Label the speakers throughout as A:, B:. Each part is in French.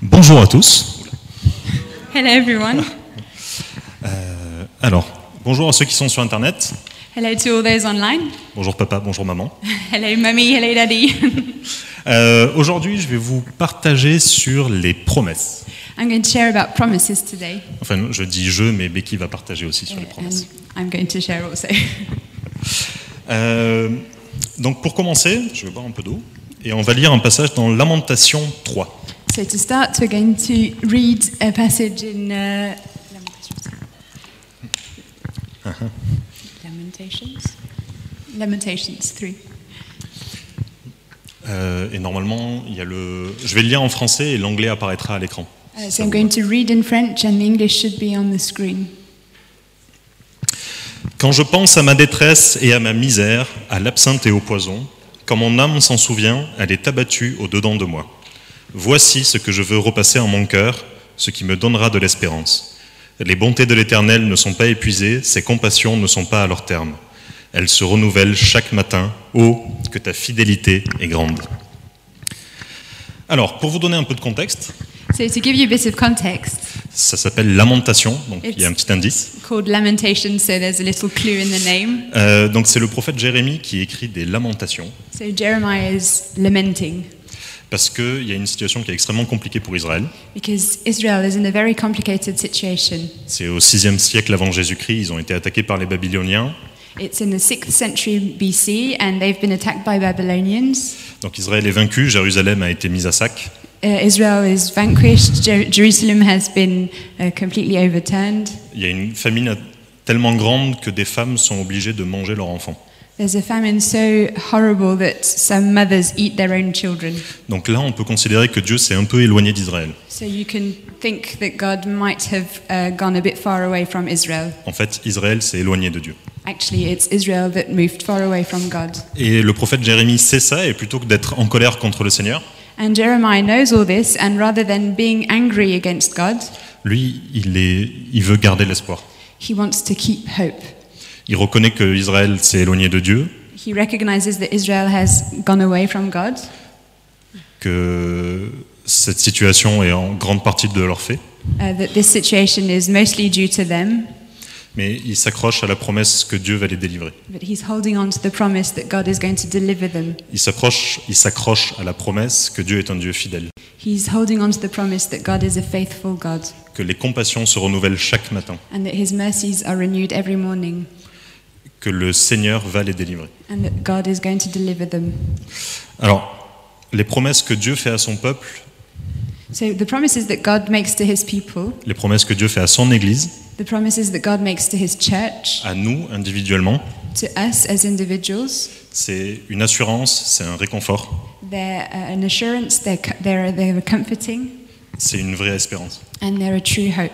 A: Bonjour à tous.
B: Hello, everyone.
A: Euh, alors, bonjour à ceux qui sont sur Internet.
B: Hello to all those online.
A: Bonjour papa, bonjour maman.
B: Hello, mummy. Hello, daddy.
A: Euh, Aujourd'hui, je vais vous partager sur les promesses.
B: I'm going to share about promises today.
A: Enfin, non, je dis je, mais Becky va partager aussi sur les promesses.
B: And I'm going to share also.
A: Euh, donc, pour commencer, je vais boire un peu d'eau et on va lire un passage dans Lamentation 3.
B: So to start, we're going to read a passage in uh, Lamentations. Lamentations three. Uh,
A: Euh, et normalement, il y a le. Je vais le lire en français et l'anglais apparaîtra à l'écran.
B: Uh, so I'm going to read in French, and the English should be on the screen.
A: Quand je pense à ma détresse et à ma misère, à l'absinthe et au poison, quand mon âme s'en souvient, elle est abattue au-dedans de moi. Voici ce que je veux repasser en mon cœur, ce qui me donnera de l'espérance. Les bontés de l'Éternel ne sont pas épuisées, ses compassions ne sont pas à leur terme. Elles se renouvellent chaque matin. Ô, que ta fidélité est grande. Alors, pour vous donner un peu de contexte,
B: So to give you a bit of context,
A: ça s'appelle Lamentation, donc il y a un petit indice.
B: called Lamentations, so there's a little clue in the name.
A: Euh, donc c'est le prophète Jérémie qui écrit des lamentations
B: So Jeremiah is lamenting
A: parce qu'il y a une situation qui est extrêmement compliquée pour Israël.
B: because Israel is in a very complicated situation.
A: C'est au 6e siècle avant Jésus-Christ, ils ont été attaqués par les Babyloniens.
B: It's in the 6th century BC, and they've been attacked by Babylonians.
A: Donc Israël est vaincu, Jérusalem a été mise à sac.
B: Uh, Israel is vanquished, Jer- Jerusalem has been uh, completely overturned.
A: Il y a une famine tellement grande que des femmes sont obligées de manger leurs enfants.
B: There's a famine so horrible that some mothers eat their own children.
A: Donc là, on peut considérer que Dieu s'est un peu éloigné d'Israël.
B: So you can think that God might have uh, gone a bit far away from Israel.
A: En fait, Israël s'est éloigné de Dieu.
B: Actually, it's Israel that moved far away from God.
A: Et le prophète Jérémie sait ça, et plutôt que d'être en colère contre le Seigneur,
B: And Jeremiah knows all this, and rather than being angry against God,
A: lui, il, est, il veut garder l'espoir.
B: he wants to keep hope.
A: Il reconnaît que Israël s'est éloigné de Dieu,
B: He recognizes that Israel has gone away from God,
A: que cette situation est en grande partie de leur fait,
B: uh, that this situation is mostly due to them,
A: mais il s'accroche à la promesse que Dieu va les délivrer.
B: but he's holding on to the promise that God is going to deliver them.
A: Il s'approche, il s'accroche à la promesse que Dieu est un Dieu fidèle,
B: He's holding on to the promise that God is a faithful God
A: que les compassions se renouvellent chaque matin,
B: and that his mercies are renewed every morning
A: que le Seigneur va les délivrer.
B: and that God is going to deliver them.
A: Alors, les promesses que Dieu fait à son peuple,
B: So the promises that God makes to his people,
A: les promesses que Dieu fait à son Église,
B: the promises that God makes to his church,
A: à nous individuellement,
B: to us as individuals,
A: c'est une assurance, c'est un réconfort,
B: they're uh, an assurance, they're, co- they're, they're comforting,
A: c'est une vraie espérance.
B: and they're a true hope.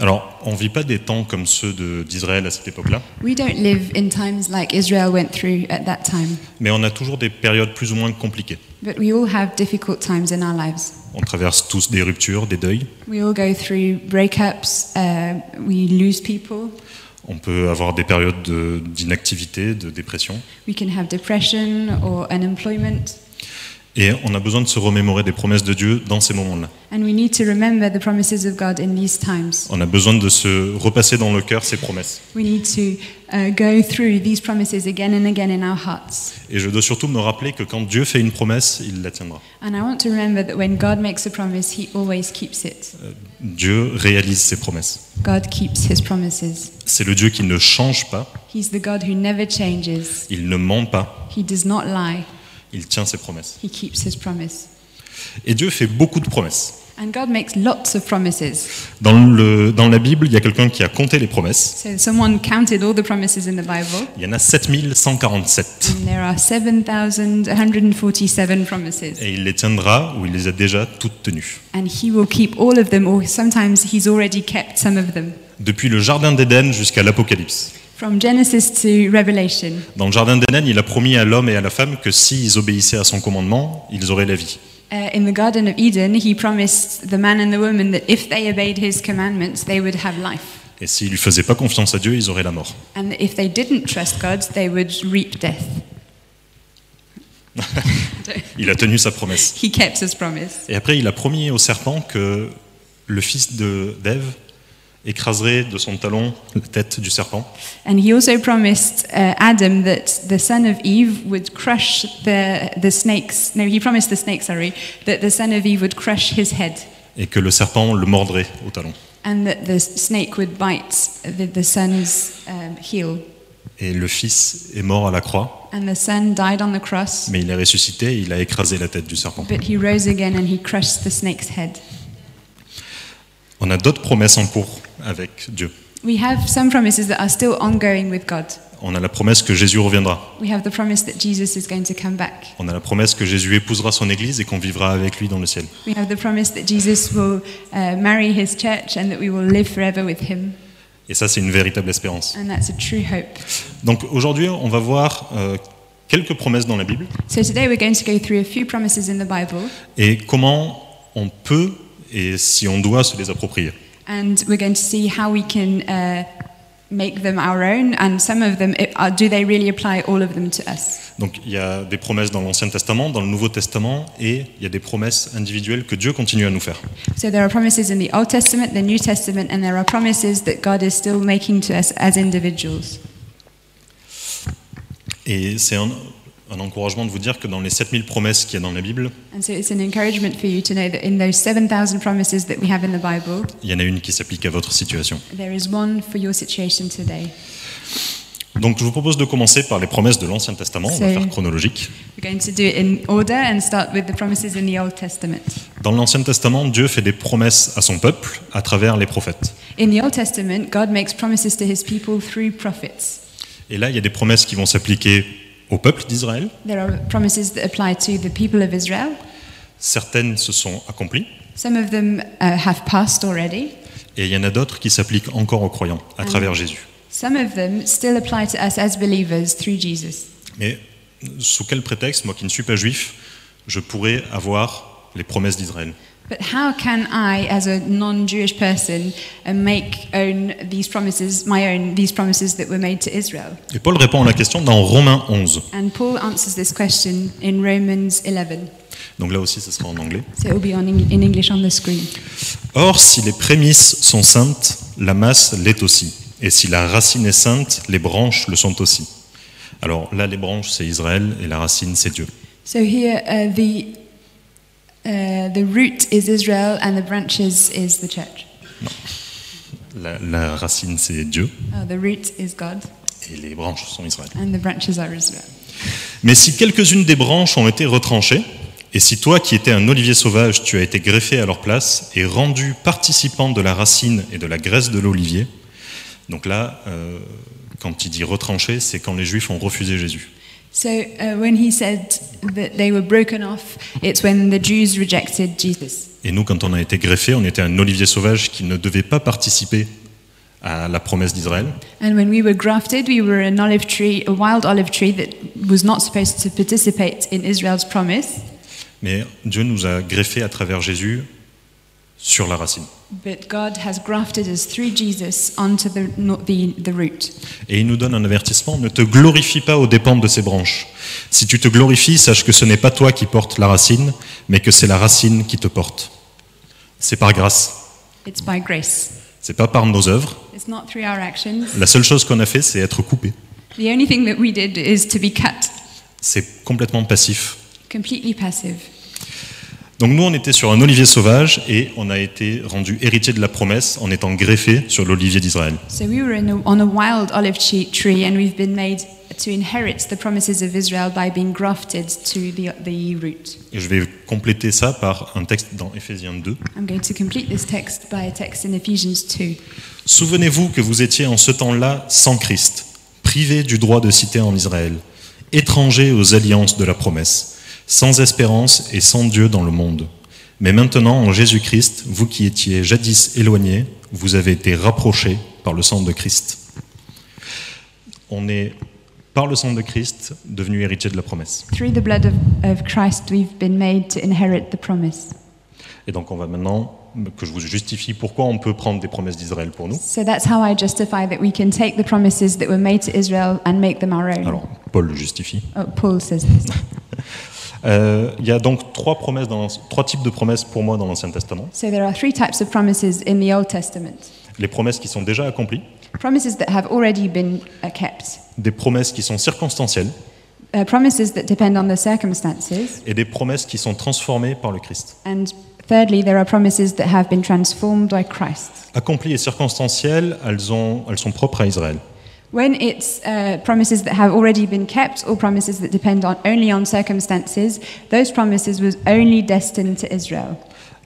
A: Alors, on ne vit pas des temps comme ceux de- d'Israël à cette époque-là.
B: We don't live in times like Israel went through at that time,
A: Mais on a toujours des périodes plus ou moins compliquées.
B: but we all have difficult times in our lives.
A: On traverse tous des ruptures, des deuils.
B: We all go through breakups, uh, we lose people,
A: On peut avoir des périodes de- d'inactivité, de, dépression.
B: we can have depression or unemployment,
A: Et on a besoin de se remémorer des promesses de Dieu dans ces moments-là.
B: and we need to remember the promises of God in these times.
A: On a besoin de se repasser dans le cœur ces promesses.
B: We need to uh, go through these promises again and again in our hearts.
A: Et je dois surtout me rappeler que quand Dieu fait une promesse, il la tiendra.
B: And I want to remember that when God makes a promise, He always keeps it.
A: Dieu réalise ses promesses.
B: God keeps His promises.
A: C'est le Dieu qui ne change pas,
B: He's the God who never changes,
A: il ne ment pas,
B: He does not lie,
A: il tient ses promesses.
B: He keeps His promise.
A: Et Dieu fait beaucoup de promesses.
B: And God makes lots of promises.
A: Dans, le- dans la Bible, il y a quelqu'un qui a compté les promesses.
B: So someone counted all the promises in the Bible,
A: Il y en a 7147.
B: and there are 7,147 promises.
A: et il les tiendra ou il les a déjà toutes tenues.
B: And He will keep all of them, or sometimes He's already kept some of them.
A: Depuis le Jardin d'Éden jusqu'à l'Apocalypse.
B: From Genesis to Revelation,
A: Dans le Jardin d'Éden, il a promis à l'homme et à la femme que s'ils obéissaient à son commandement, ils auraient la vie.
B: uh, in the Garden of Eden, He promised the man and the woman that if they obeyed His commandments, they would have life.
A: Et s'ils ne faisaient pas confiance à Dieu, ils auraient la mort.
B: And if they didn't trust God, they would reap death. after.
A: Il a tenu sa promesse.
B: He kept his promise.
A: Et après, il a promis au serpent que le fils de- d'Ève écraserait de son talon la tête du serpent.
B: And he also promised uh, Adam that the son of Eve would crush the, the snakes. No, he promised the snake, sorry, that the son of Eve would crush his head
A: et que le serpent le mordrait au talon.
B: and that the snake would bite the, the son's um, heel.
A: Et le fils est mort à la croix,
B: And the son died on the cross,
A: mais il est ressuscité et il a écrasé la tête du serpent.
B: but he rose again and he crushed the snake's head.
A: On a d'autres promesses en cours avec Dieu.
B: We have some promises that are still ongoing with God.
A: On a la promesse que Jésus reviendra.
B: We have the promise that Jesus is going to come back.
A: On a la promesse que Jésus épousera son Église et qu'on vivra avec lui dans le ciel.
B: We have the promise that Jesus will uh, marry his church and that we will live forever with him.
A: Et ça, c'est une véritable espérance.
B: And that's a true hope.
A: Donc aujourd'hui, on va voir euh, quelques promesses dans la Bible
B: So today we're going to go through a few promises in the Bible
A: et comment on peut et si on doit se les approprier.
B: and we're going to see how we can uh, make them our own and some of them, it- are, do they really apply all of them to us?
A: Donc il y a des promesses dans l'Ancien Testament, dans le Nouveau Testament et il y a des promesses individuelles que Dieu continue à nous faire.
B: So there are promises in the Old Testament, the New Testament, and there are promises that God is still making to us as individuals.
A: Et c'est un, un encouragement de vous dire que dans les 7000 promesses qu'il y a dans la Bible,
B: And so it's an encouragement for you to know that in those 7,000 promises that we have in the Bible,
A: il y en a une qui s'applique à votre situation.
B: there is one for your situation today.
A: Donc je vous propose de commencer par les promesses de l'Ancien Testament, on va
B: C'est-
A: faire chronologique.
B: We're going to do it in order and start with the promises in the Old Testament.
A: Dans l'Ancien Testament, Dieu fait des promesses à son peuple à travers les prophètes.
B: In the Old Testament, God makes promises to his people through prophets.
A: Et là, il y a des promesses qui vont s'appliquer au peuple d'Israël.
B: There are promises that apply to the people of Israel.
A: Certaines se sont accomplies
B: Some of them uh, have passed already.
A: et il y en a d'autres qui s'appliquent encore aux croyants à travers Jésus.
B: Some of them still apply to us as believers through Jesus.
A: Mais sous quel prétexte, moi qui ne suis pas juif, je pourrais avoir les promesses d'Israël
B: But how can I, as a non Jewish person, uh, make own these promises, my own, these promises that were made to Israel?
A: Et Paul répond à la question dans Romains 11.
B: And Paul answers this question in Romans 11.
A: Donc là aussi, ce sera en anglais.
B: So it will be on Eng- in English on the screen.
A: Or, si les prémices sont saintes, la masse l'est aussi. Et si la racine est sainte, les branches le sont aussi. Alors là, les branches, c'est Israël et la racine, c'est Dieu.
B: So here, uh, the uh, the root is Israel, and the branches is the church.
A: La, la racine, c'est Dieu
B: Oh, the root is God,
A: et les branches sont Israël.
B: and the branches are Israel.
A: Mais si quelques-unes des branches ont été retranchées, et si toi qui étais un olivier sauvage, tu as été greffé à leur place et rendu participant de la racine et de la graisse de l'olivier, donc là, euh, quand il dit retranché, c'est quand les Juifs ont refusé Jésus.
B: So uh, when he said that they were broken off, it's when the Jews rejected Jesus.
A: Et nous, quand on a été greffé, on était un olivier sauvage qui ne devait pas participer à la promesse d'Israël.
B: And when we were grafted, we were an olive tree, a wild olive tree that was not supposed to participate in Israel's promise.
A: Mais Dieu nous a greffé à travers Jésus sur la racine.
B: But God has grafted us through Jesus onto the, no- the, the root.
A: Et il nous donne un avertissement, ne te glorifie pas aux dépens de ces branches. Si tu te glorifies, sache que ce n'est pas toi qui portes la racine, mais que c'est la racine qui te porte. C'est par grâce,
B: It's by grace.
A: c'est pas par nos œuvres.
B: It's not through our actions.
A: La seule chose qu'on a fait, c'est être coupé.
B: The only thing that we did is to be cut,
A: C'est complètement passif.
B: completely passive.
A: Donc nous, on était sur un olivier sauvage et on a été rendu héritier de la promesse en étant greffé sur l'olivier d'Israël.
B: So we were in a, on a wild olive tree, tree, and we've been made to inherit the promises of Israel by being grafted to the, the root.
A: Et je vais compléter ça par un texte dans Éphésiens 2.
B: I'm going to complete this text by a text in Ephesians 2.
A: Souvenez-vous que vous étiez en ce temps-là sans Christ, privé du droit de cité en Israël, étranger aux alliances de la promesse, sans espérance et sans Dieu dans le monde. Mais maintenant, en Jésus-Christ, vous qui étiez jadis éloignés, vous avez été rapprochés par le sang de Christ. On est, par le sang de Christ, devenu héritier de la promesse.
B: Through the blood of, of Christ, we've been made to inherit the promise.
A: Et donc, on va maintenant que je vous justifie pourquoi on peut prendre des promesses d'Israël pour nous.
B: So that's how I justify that we can take the promises that were made to Israel and make them our own.
A: Alors, Paul le justifie.
B: Oh, Paul says this.
A: Euh, il y a donc trois, promesses dans l'Anci- trois types de promesses pour moi dans l'Ancien Testament.
B: So there are three types of promises in the Old Testament
A: Les promesses qui sont déjà accomplies,
B: promises that have already been uh, kept,
A: des promesses qui sont circonstancielles
B: uh, promises that depend on the circumstances,
A: et des promesses qui sont transformées par le Christ.
B: and thirdly, there are promises that have been transformed by Christ.
A: Accomplies et circonstancielles, elles, ont- elles sont propres à Israël.
B: When it's uh, promises that have already been kept or promises that depend on only on circumstances, those promises was only destined to Israel.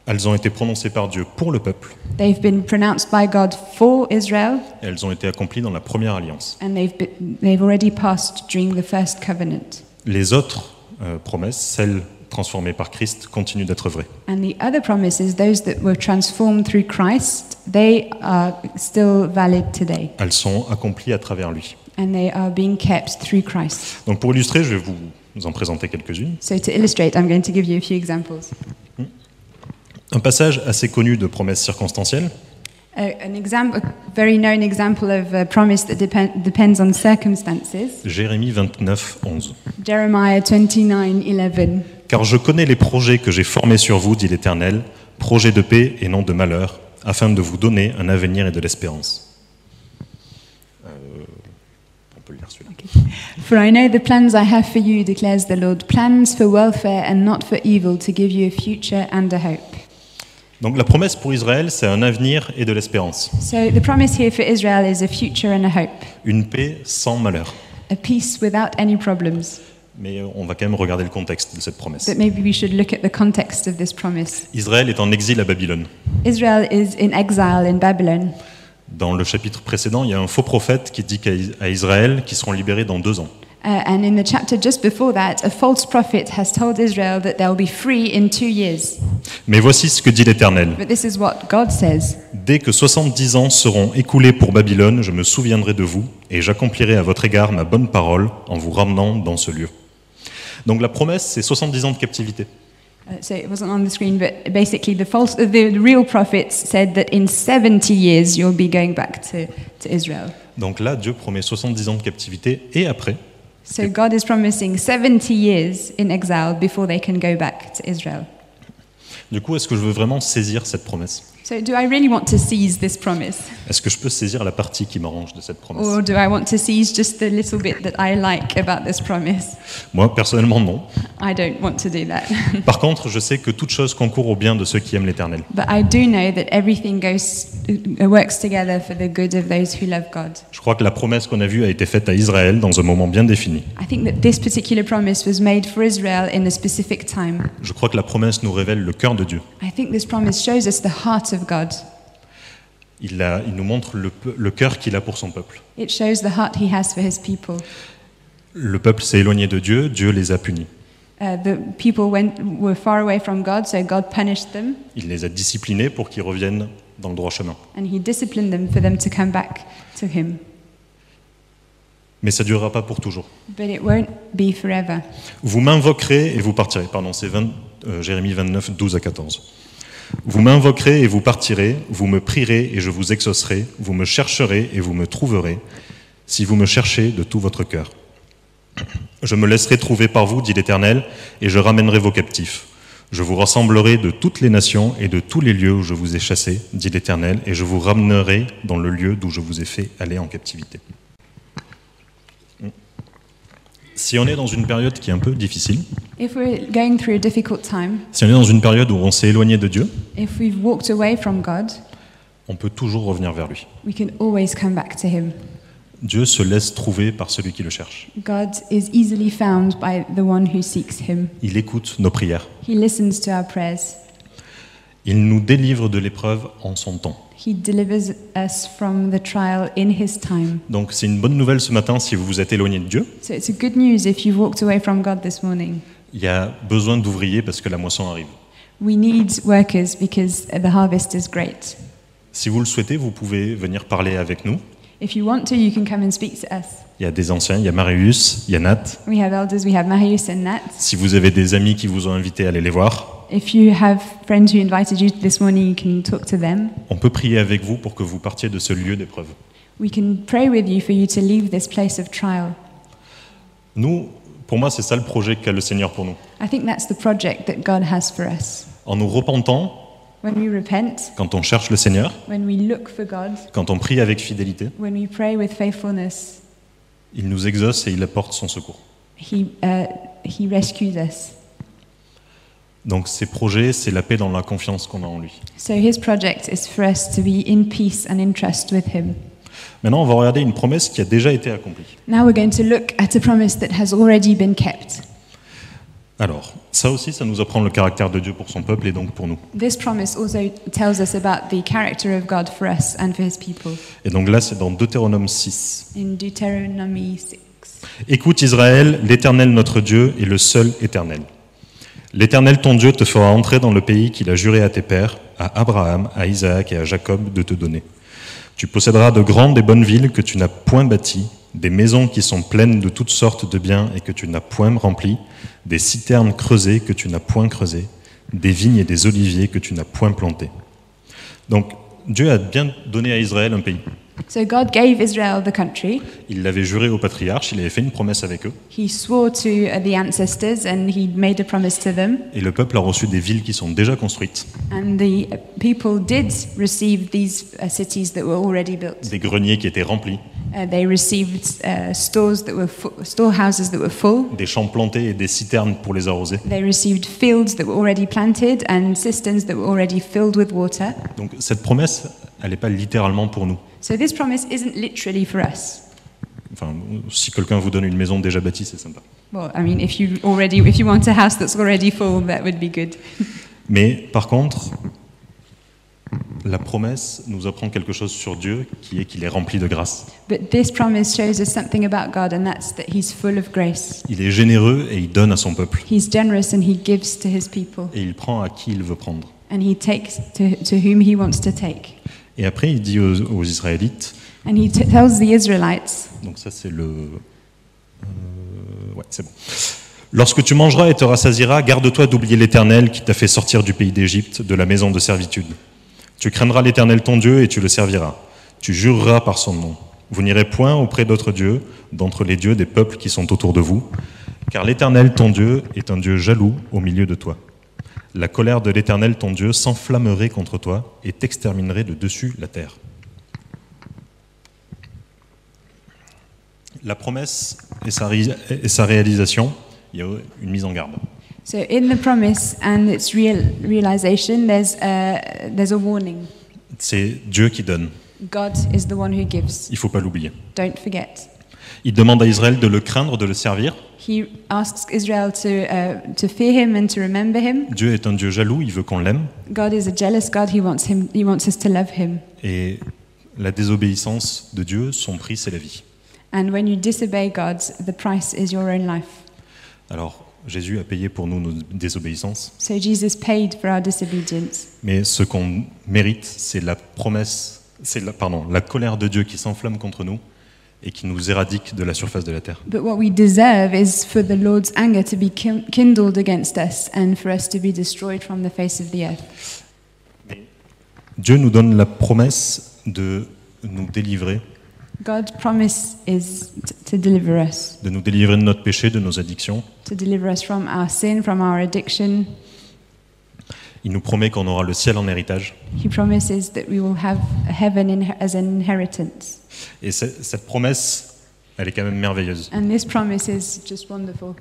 A: Elles ont été prononcées par Dieu pour le peuple
B: They've been pronounced by God for Israel,
A: et elles ont été accomplies dans la première alliance.
B: and they've, been, they've already passed during the first covenant.
A: Les autres euh, promesses, celles transformées par Christ, continuent d'être vraies.
B: And the other promises, those that were transformed through Christ, they are still valid today,
A: Elles sont accomplies à travers lui.
B: and they are being kept through Christ.
A: Donc pour illustrer, je vais vous vous en présenter quelques-unes.
B: So, to illustrate, I'm going to give you a few examples.
A: Un passage assez connu de promesses circonstancielles,
B: Uh, an example, a very known example of a promise that depend, depends on circumstances,
A: Jérémie 29, 11.
B: Jeremiah 29:11.
A: Car je connais les projets que j'ai formés sur vous, dit l'Éternel, projets de paix et non de malheur, afin de vous donner un avenir et de l'espérance. Euh, on peut le lire celui-là.
B: For I know the plans I have for you, declares the Lord, plans for welfare and not for evil, to give you a future and a hope.
A: Donc la promesse pour Israël, c'est un avenir et de l'espérance.
B: So, the promise here for Israel is a future and a hope,
A: Une paix sans malheur.
B: a peace without any problems.
A: Mais euh, on va quand même regarder le contexte de cette promesse.
B: But maybe we should look at the context of this promise.
A: Israël est en exil à Babylone.
B: Israel is in exile in Babylon.
A: Dans le chapitre précédent, il y a un faux prophète qui dit qu'à Is- à Israël qu'ils seront libérés dans deux ans.
B: Uh, and in the chapter just before that, a false prophet has told Israel that they'll be free in two years.
A: Mais voici ce que dit l'Éternel.
B: But this is what God says
A: Dès que 70 ans seront écoulés pour Babylone, je me souviendrai de vous et j'accomplirai à votre égard ma bonne parole en vous ramenant dans ce lieu. Donc la promesse, c'est 70 ans de captivité.
B: Uh, so it wasn't on the screen, but basically the false, uh, the real prophets said that in 70 years you'll be going back to, to Israel.
A: Donc là, Dieu promet 70 ans de captivité et après,
B: So God is promising 70 years in exile before they can go back to Israel.
A: Du coup, est-ce que je veux vraiment saisir cette promesse
B: So do I really want to seize this promise,
A: Est-ce que je peux saisir la partie qui m'arrange de cette promesse
B: or do I want to seize just the little bit that I like about this promise?
A: Moi, personnellement, non.
B: I don't want to do that.
A: Par contre, je sais que toute chose concourt au bien de ceux qui aiment l'Éternel.
B: But I do know that everything goes uh, works together for the good of those who love God.
A: Je crois que la promesse qu'on a vue a été faite à Israël dans un moment bien défini.
B: I think that this particular promise was made for Israel in a specific time.
A: Je crois que la promesse nous révèle le cœur de Dieu.
B: I think this promise shows us the heart of God.
A: Il, a- il nous montre le, peu- le cœur qu'il a pour son peuple.
B: It shows the heart he has for his people.
A: Le peuple s'est éloigné de Dieu, Dieu les a punis.
B: Uh, the people went, were far away from God, so God punished them
A: Il les a disciplinés pour qu'ils reviennent dans le droit chemin.
B: and he disciplined them for them to come back to him.
A: Mais ça ne durera pas pour toujours.
B: But it won't be forever.
A: Vous m'invoquerez et vous partirez. Pardon, c'est 20 euh, Jérémie 29, 12 à 14. Vous m'invoquerez et vous partirez, vous me prierez et je vous exaucerai, vous me chercherez et vous me trouverez, si vous me cherchez de tout votre cœur. Je me laisserai trouver par vous, dit l'Éternel, et je ramènerai vos captifs. Je vous rassemblerai de toutes les nations et de tous les lieux où je vous ai chassés, dit l'Éternel, et je vous ramènerai dans le lieu d'où je vous ai fait aller en captivité. Si on est dans une période qui est un peu difficile,
B: If we're going through a difficult time,
A: Si on est dans une période où on s'est éloigné de Dieu,
B: if we've walked away from God,
A: on peut toujours revenir vers lui.
B: we can always come back to him.
A: Dieu se laisse trouver par celui qui le cherche.
B: God is easily found by the one who seeks him.
A: Il écoute nos prières.
B: He listens to our prayers.
A: Il nous délivre de l'épreuve en son temps.
B: He delivers us from the trial in his time.
A: Donc c'est une bonne nouvelle ce matin si vous vous êtes éloigné de Dieu.
B: So it's a good news if you've walked away from God this morning.
A: Il y a besoin d'ouvriers parce que la moisson arrive.
B: We need workers because the harvest is great.
A: Si vous le souhaitez, vous pouvez venir parler avec nous.
B: If you want to, you can come and speak to us.
A: Il y a des anciens, il y a Marius, il y a Nat.
B: We have elders, we have Marius and Nat.
A: Si vous avez des amis qui vous ont invité, allez les voir.
B: If you have friends who invited you this morning, you can talk to them.
A: On peut prier avec vous pour que vous partiez de ce lieu d'épreuve.
B: We can pray with you for you to leave this place of trial.
A: Nous, Pour moi, c'est ça le projet qu'a le Seigneur pour nous.
B: I think that's the project that God has for us.
A: En nous repentant,
B: When we repent,
A: quand on cherche le Seigneur,
B: when we look for God,
A: quand on prie avec fidélité,
B: when we pray with faithfulness,
A: il nous exauce et il apporte son secours.
B: He, uh, he rescues us.
A: Donc ces projets, c'est la paix dans la confiance qu'on a en lui.
B: So His project is for us to be in peace and in trust with Him.
A: Maintenant, on va regarder une promesse qui a déjà été accomplie.
B: Now we're going to look at a promise that has already been kept.
A: Alors, ça aussi, ça nous apprend le caractère de Dieu pour son peuple et donc pour nous.
B: This promise also tells us about the character of God for us and for His people.
A: Et donc là, c'est dans Deutéronome 6.
B: In Deuteronomy 6.
A: Écoute Israël, l'Éternel notre Dieu est le seul Éternel. L'Éternel ton Dieu te fera entrer dans le pays qu'il a juré à tes pères, à Abraham, à Isaac et à Jacob de te donner. Tu posséderas de grandes et bonnes villes que tu n'as point bâties, des maisons qui sont pleines de toutes sortes de biens et que tu n'as point remplies, des citernes creusées que tu n'as point creusées, des vignes et des oliviers que tu n'as point plantés. Donc Dieu a bien donné à Israël un pays.
B: So God gave Israel the country.
A: Il l'avait juré aux patriarches, il avait fait une promesse avec eux,
B: He swore to uh, the ancestors and he made a promise to them.
A: et le peuple a reçu des villes qui sont déjà construites,
B: And the uh, people did receive these uh, cities that were already built.
A: des greniers qui étaient remplis,
B: Uh, they received uh, stores that were fu- storehouses that were full.
A: des champs plantés et des citernes pour les arroser.
B: They received fields that were already planted and cisterns that were already filled with water.
A: Donc cette promesse, elle n'est pas littéralement pour nous.
B: So this promise isn't literally for us.
A: Enfin, si quelqu'un vous donne une maison déjà bâtie, c'est sympa.
B: Well, I mean, if you already if you want a house that's already full, that would be good.
A: Mais par contre, la promesse nous apprend quelque chose sur Dieu, qui est qu'il est rempli de grâce.
B: But this promise shows us something about God, and that's that He's full of grace.
A: Il est généreux et il donne à son peuple.
B: He's generous and He gives to His people,
A: Et il prend à qui il veut prendre.
B: and He takes to, to whom He wants to take.
A: Et après, il dit aux, aux Israélites,
B: And He t- tells the Israelites,
A: donc ça c'est le... euh, ouais, c'est bon. Lorsque tu mangeras et te rassasiras, garde-toi d'oublier l'Éternel qui t'a fait sortir du pays d'Égypte, de la maison de servitude. Tu craindras l'Éternel ton Dieu et tu le serviras. Tu jureras par son nom. Vous n'irez point auprès d'autres dieux, d'entre les dieux des peuples qui sont autour de vous, car l'Éternel ton Dieu est un Dieu jaloux au milieu de toi. La colère de l'Éternel ton Dieu s'enflammerait contre toi et t'exterminerait de dessus la terre. La promesse et sa, ré- et sa réalisation, il y a une mise en garde.
B: so in the promise and its real realization, there's a, there's a warning.
A: C'est Dieu qui donne,
B: God is the one who gives.
A: il ne faut pas l'oublier.
B: Don't forget.
A: Il demande à Israël de le craindre, de le servir.
B: He asks Israel to uh, to fear Him and to remember Him.
A: Dieu est un Dieu jaloux, il veut qu'on l'aime.
B: God is a jealous God. He wants Him. He wants us to love Him.
A: Et la désobéissance de Dieu, son prix, c'est la vie.
B: And when you disobey God, the price is your own life.
A: Alors, Jésus a payé pour nous nos désobéissances,
B: So Jesus paid for our disobedience.
A: mais ce qu'on mérite, c'est la promesse, c'est la, pardon, la colère de Dieu qui s'enflamme contre nous et qui nous éradique de la surface de la terre.
B: But what we deserve is for the Lord's anger to be kin- kindled against us and for us to be destroyed from the face of the earth.
A: Dieu nous donne la promesse de nous délivrer,
B: God's promise is t- to deliver us,
A: de nous délivrer de notre péché, de nos addictions.
B: to deliver us from our sin, from our addiction.
A: Il nous promet qu'on aura le ciel en héritage.
B: He promises that we will have heaven in, as an inheritance.
A: Et c'est- cette promesse, elle est quand même merveilleuse.
B: And this promise is just wonderful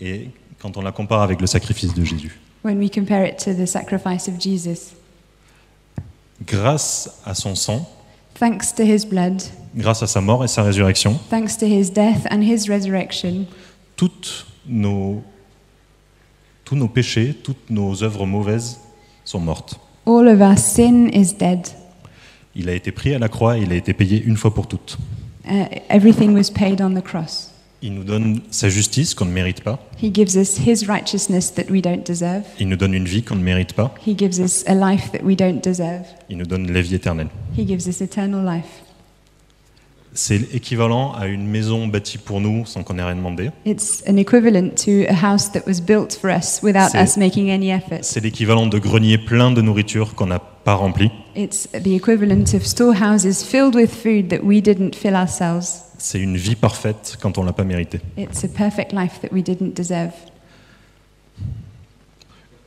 A: Et quand on la compare avec le sacrifice de Jésus.
B: when we compare it to the sacrifice of Jesus.
A: Grâce à son sang,
B: Thanks to his blood,
A: grâce à sa mort et sa résurrection,
B: thanks to his death and his resurrection,
A: toutes nos, tous nos péchés, toutes nos œuvres mauvaises sont mortes.
B: all of our sin is dead.
A: Il a été pris à la croix, et il a été payé une fois pour toutes.
B: Uh, everything was paid on the cross.
A: Il nous donne sa justice qu'on ne mérite pas,
B: He gives us his righteousness that we don't deserve.
A: il nous donne une vie qu'on ne mérite pas,
B: He gives us a life that we don't deserve.
A: il nous donne la vie éternelle.
B: He gives us eternal life.
A: C'est l'équivalent à une maison bâtie pour nous sans qu'on ait rien demandé.
B: It's an equivalent to a house that was built for us without
A: C'est-
B: us making any effort.
A: C'est l'équivalent de greniers pleins de nourriture qu'on n'a pas rempli.
B: It's the equivalent of storehouses filled with food that we didn't fill ourselves.
A: c'est une vie parfaite quand on ne l'a pas méritée.
B: It's a perfect life that we didn't deserve.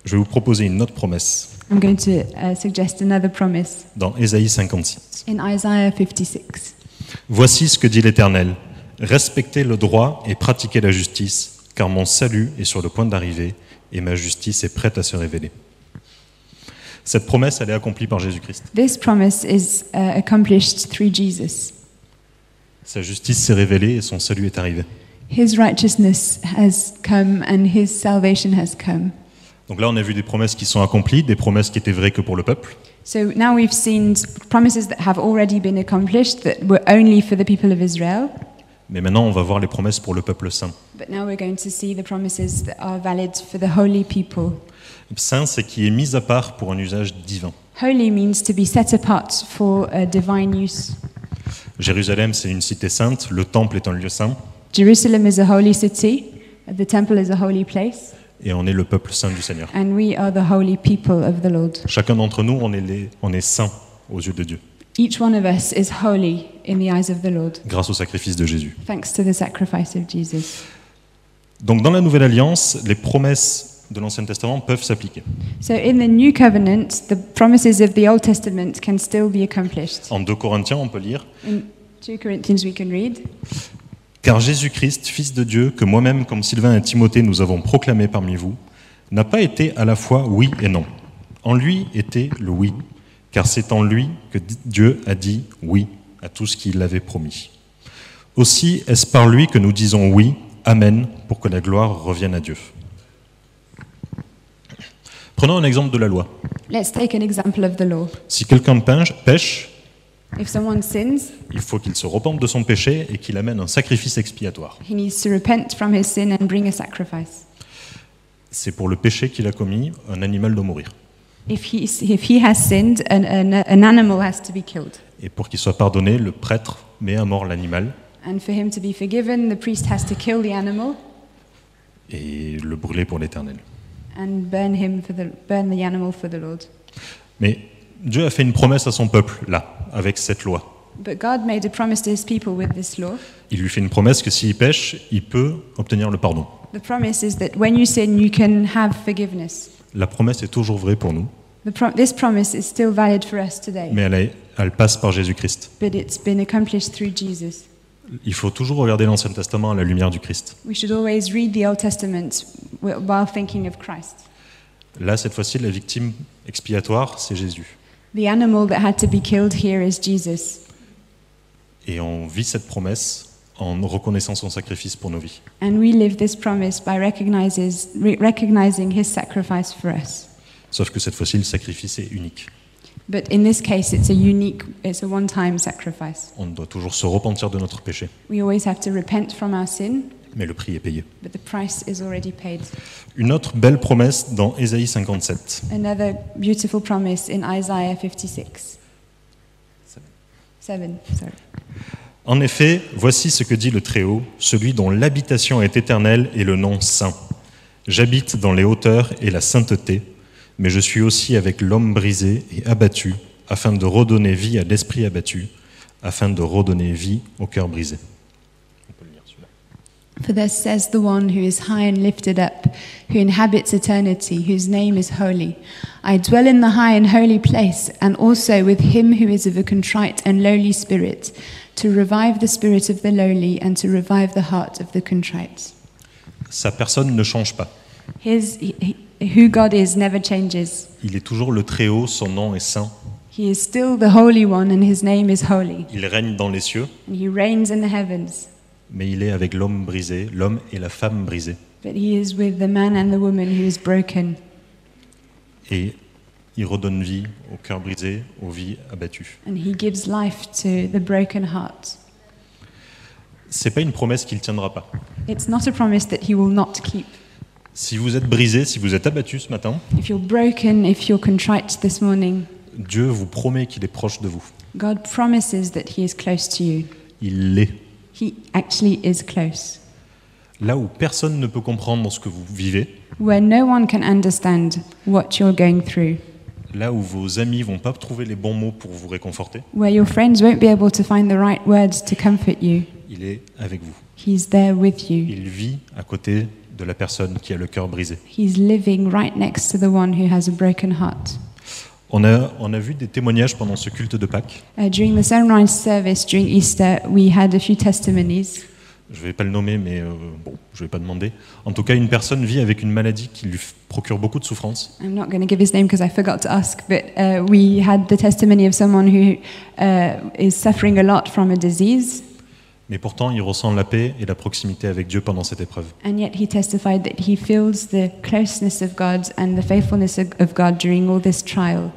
A: Je vais vous proposer une autre promesse
B: I'm going to uh, suggest another promise
A: dans Ésaïe 56.
B: in Isaiah 56.
A: Voici ce que dit l'Éternel. Respectez le droit et pratiquez la justice, car mon salut est sur le point d'arriver et ma justice est prête à se révéler. Cette promesse, elle est accomplie par Jésus-Christ.
B: This promise is uh, accomplished through Jesus.
A: Sa justice s'est révélée et son salut est arrivé.
B: His righteousness has come and his salvation has come.
A: Donc là, on a vu des promesses qui sont accomplies, des promesses qui étaient vraies que pour le peuple.
B: So now we've seen promises that have already been accomplished that were only for the people of Israel,
A: Mais maintenant, on va voir les promesses pour le peuple saint.
B: but now we're going to see the promises that are valid for the holy people.
A: Saint, c'est qui est mis à part pour un usage divin.
B: Holy means to be set apart for uh, divine use.
A: Jérusalem, c'est une cité sainte, le temple est un lieu saint,
B: Jerusalem is a holy city, the temple is a holy place,
A: et on est le peuple saint du Seigneur.
B: and we are the holy people of the Lord.
A: Chacun d'entre nous, on est, les- on est saint aux yeux de Dieu,
B: Each one of us is holy in the eyes of the Lord,
A: grâce au sacrifice de Jésus.
B: thanks to the sacrifice of Jesus.
A: Donc dans la Nouvelle Alliance, les promesses de l'Ancien Testament peuvent s'appliquer.
B: So in the new covenant, the promises of the Old Testament can still be accomplished.
A: En 2 Corinthiens, on peut lire
B: In 2 Corinthians, we can read.
A: Car Jésus-Christ, Fils de Dieu, que moi-même, comme Sylvain et Timothée, nous avons proclamé parmi vous, n'a pas été à la fois oui et non. En lui était le oui, car c'est en lui que Dieu a dit oui à tout ce qu'il avait promis. Aussi est-ce par lui que nous disons oui, Amen, pour que la gloire revienne à Dieu. Prenons un exemple de la loi.
B: Let's take an example of the law.
A: Si quelqu'un pêche- pêche,
B: If someone sins,
A: il faut qu'il se repente de son péché et qu'il amène un sacrifice expiatoire.
B: he needs to repent from his sin and bring a sacrifice.
A: C'est pour le péché qu'il a commis, un animal doit mourir.
B: If he, if he has sinned, an, an, an animal has to be killed.
A: Et pour qu'il soit pardonné, le prêtre met à mort l'animal
B: And for him to be forgiven, the priest has to kill the animal
A: et le brûler pour l'éternel.
B: and burn, him for the, burn the animal for the Lord.
A: Mais Dieu a fait une promesse à son peuple, là, avec cette loi.
B: But God made a promise to his people with this law.
A: Il lui fait une promesse que s'il pêche, il peut obtenir le pardon.
B: The promise is that when you sin, you can have forgiveness.
A: La promesse est toujours vraie pour nous,
B: The pro- this promise is still valid for us today,
A: mais elle, est- elle passe par Jésus-Christ.
B: but it's been accomplished through Jesus.
A: Il faut toujours regarder l'Ancien Testament à la lumière du Christ.
B: We should always read the Old Testament wi- while thinking of Christ.
A: Là, cette fois-ci, la victime expiatoire, c'est Jésus.
B: The animal that had to be killed here is Jesus,
A: Et on vit cette promesse en reconnaissant son sacrifice pour nos vies.
B: and we live this promise by recognizes, re- recognizing his sacrifice for us.
A: Sauf que cette fois-ci, le sacrifice est unique.
B: But in this case, it's a unique, it's a one time sacrifice.
A: On doit toujours se repentir de notre péché,
B: We always have to repent from our sin,
A: mais le prix est payé.
B: but the price is already paid.
A: Une autre belle promesse dans Ésaïe 57.
B: Another beautiful promise in Isaiah 56.
A: Seven.
B: Seven, sorry.
A: En effet, voici ce que dit le Très-Haut, celui dont l'habitation est éternelle et le nom saint. J'habite dans les hauteurs et la sainteté, mais je suis aussi avec l'homme brisé et abattu, afin de redonner vie à l'esprit abattu, afin de redonner vie au cœur brisé. On peut le lire, celui-là.
B: For thus says the one who is high and lifted up, who inhabits eternity, whose name is holy. I dwell in the high and holy place, and also with him who is of a contrite and lowly spirit, to revive the spirit of the lowly and to revive the heart of the contrite.
A: Sa personne ne change pas.
B: His, he, he- who God is never changes.
A: Il est toujours le Très-Haut, son nom est saint.
B: He is still the Holy One, and his name is holy.
A: Il règne dans les cieux,
B: And he reigns in the heavens,
A: mais il est avec l'homme brisé, l'homme et la femme brisés.
B: but he is with the man and the woman who is broken.
A: et il redonne vie au cœur brisé, aux vies abattues.
B: And he gives life to the broken heart.
A: C'est pas une promesse qu'il tiendra pas.
B: It's not a promise that he will not keep.
A: Si vous êtes brisé, si vous êtes abattu ce matin,
B: If you're broken, if you're contrite this morning,
A: Dieu vous promet qu'il est proche de vous.
B: God promises that he is close to you.
A: Il l'est.
B: He actually is close.
A: Là où personne ne peut comprendre ce que vous vivez,
B: Where no one can understand what you're going through,
A: là où vos amis vont pas trouver les bons mots pour vous réconforter,
B: where your friends won't be able to find the right words to comfort you,
A: il il est avec vous.
B: He's there with you.
A: Il vit à côté de la personne qui a le cœur brisé.
B: He's living right next to the one who has a broken heart.
A: On a, on a vu des témoignages pendant ce culte de Pâques.
B: Uh, during the sunrise service during Easter, we had a few testimonies.
A: Je ne vais pas le nommer, mais euh, bon, je ne vais pas demander. En tout cas, une personne vit avec une maladie qui lui f- procure beaucoup de souffrance.
B: I'm not going to give his name because I forgot to ask, but uh, we had the testimony of someone who uh, is suffering a lot from a disease,
A: Mais pourtant, il ressent la paix et la proximité avec Dieu pendant cette épreuve.
B: and yet he testified that he feels the closeness of God and the faithfulness of of God during all this trial.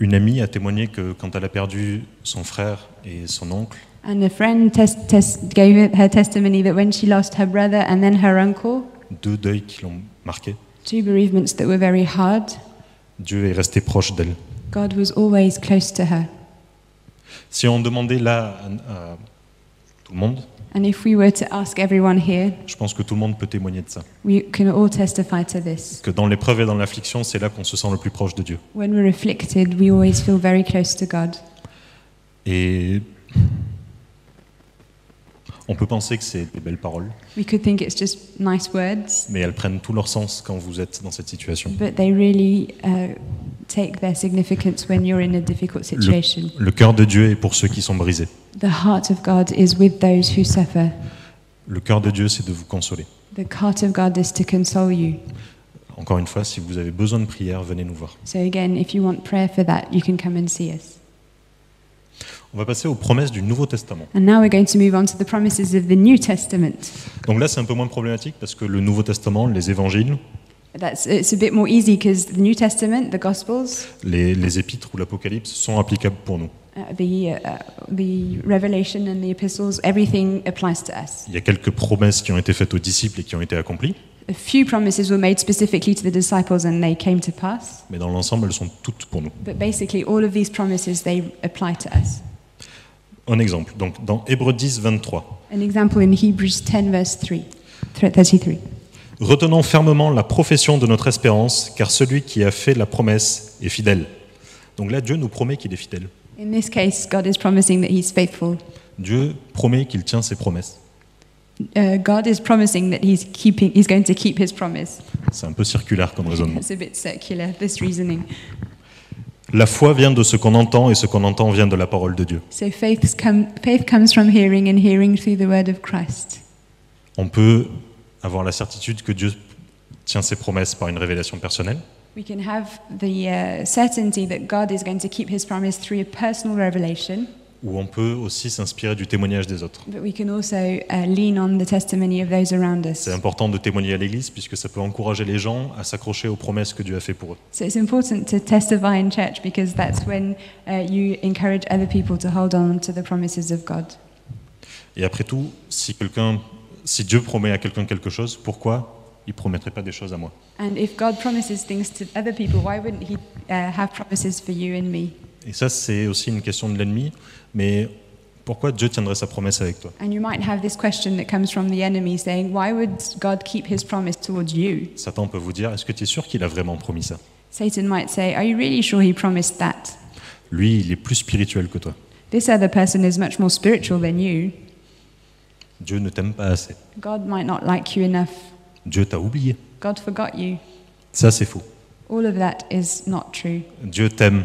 A: Une amie a témoigné que quand elle a perdu son frère et son oncle,
B: And a friend tes- tes- gave it- her testimony that when she lost her brother and then her uncle,
A: deux deuils qui l'ont marqué,
B: two bereavements that were very hard,
A: Dieu est resté proche d'elle.
B: God was always close to her.
A: Si on demandait là à, à tout le monde,
B: And if we were to ask everyone here,
A: je pense que tout le monde peut témoigner de ça.
B: we can all testify to this.
A: Que dans l'épreuve et dans l'affliction, c'est là qu'on se sent le plus proche de Dieu.
B: When we're afflicted, we always feel very close to God.
A: Et on peut penser que c'est des belles paroles,
B: We could think it's just nice words,
A: mais elles prennent tout leur sens quand vous êtes dans cette situation.
B: but they really uh, take their significance when you're in a difficult situation.
A: Le cœur de Dieu est pour ceux qui sont brisés.
B: The heart of God is with those who suffer.
A: Le cœur de Dieu, c'est de vous consoler.
B: The heart of God is to console you.
A: Encore une fois, si vous avez besoin de prière, venez nous voir.
B: So, again, if you want prayer for that, you can come and see us.
A: On va passer aux promesses du Nouveau Testament.
B: And now we're going to move on to the promises of the New Testament.
A: Donc là, c'est un peu moins problématique parce que le Nouveau Testament, les évangiles,
B: That's, it's a bit more easy because the New Testament, the Gospels,
A: les, les épîtres ou l'Apocalypse sont applicables pour nous.
B: uh, the, uh, the Revelation and the Epistles, everything applies to us.
A: Il y a quelques promesses qui ont été faites aux disciples et qui ont été accomplies,
B: A few promises were made specifically to the disciples and they came to pass.
A: mais dans l'ensemble, elles sont toutes pour nous.
B: But basically, all of these promises, they apply to us.
A: Un exemple, donc dans Hébreux 10, 23.
B: An example in Hebrews 10, verse 3, thre- 33.
A: Retenons fermement la profession de notre espérance, car celui qui a fait la promesse est fidèle. Donc là, Dieu nous promet qu'il est fidèle.
B: In this case, God is promising that He's faithful.
A: Dieu promet qu'il tient ses promesses.
B: Uh, God is promising that He's keeping. He's going to keep His promise.
A: C'est un peu circulaire comme raisonnement.
B: It's a bit circular. This reasoning.
A: La foi vient de ce qu'on entend et ce qu'on entend vient de la parole de Dieu.
B: So faith come, faith comes from hearing, and hearing through the word of Christ.
A: On peut avoir la certitude que Dieu tient ses promesses par une révélation personnelle,
B: We can have the uh, certainty that God is going to keep His promise through a personal revelation,
A: ou on peut aussi s'inspirer du témoignage des autres.
B: but we can also uh, lean on the testimony of those around us.
A: C'est important de témoigner à l'Église puisque ça peut encourager les gens à s'accrocher aux promesses que Dieu a fait pour eux.
B: So it's important to testify in church because that's when uh, you encourage other people to hold on to the promises of God.
A: Et après tout, si, quelqu'un, si Dieu promet à quelqu'un quelque chose, pourquoi il ne promettrait pas des choses à moi
B: And if God promises things to other people, why wouldn't He uh, have promises for you and me?
A: Et ça, c'est aussi une question de l'ennemi, mais pourquoi Dieu tiendrait sa promesse avec toi
B: And you might have this question that comes from the enemy saying, Why would God keep His promise towards you?
A: Satan peut vous dire, est-ce que tu es sûr qu'il a vraiment promis ça
B: Satan might say, Are you really sure He promised that?
A: Lui, il est plus spirituel que toi.
B: This other person is much more spiritual than you.
A: Dieu ne t'aime pas assez.
B: God might not like you enough.
A: Dieu t'a oublié.
B: God forgot you.
A: Ça, c'est faux.
B: All of that is not true.
A: Dieu t'aime.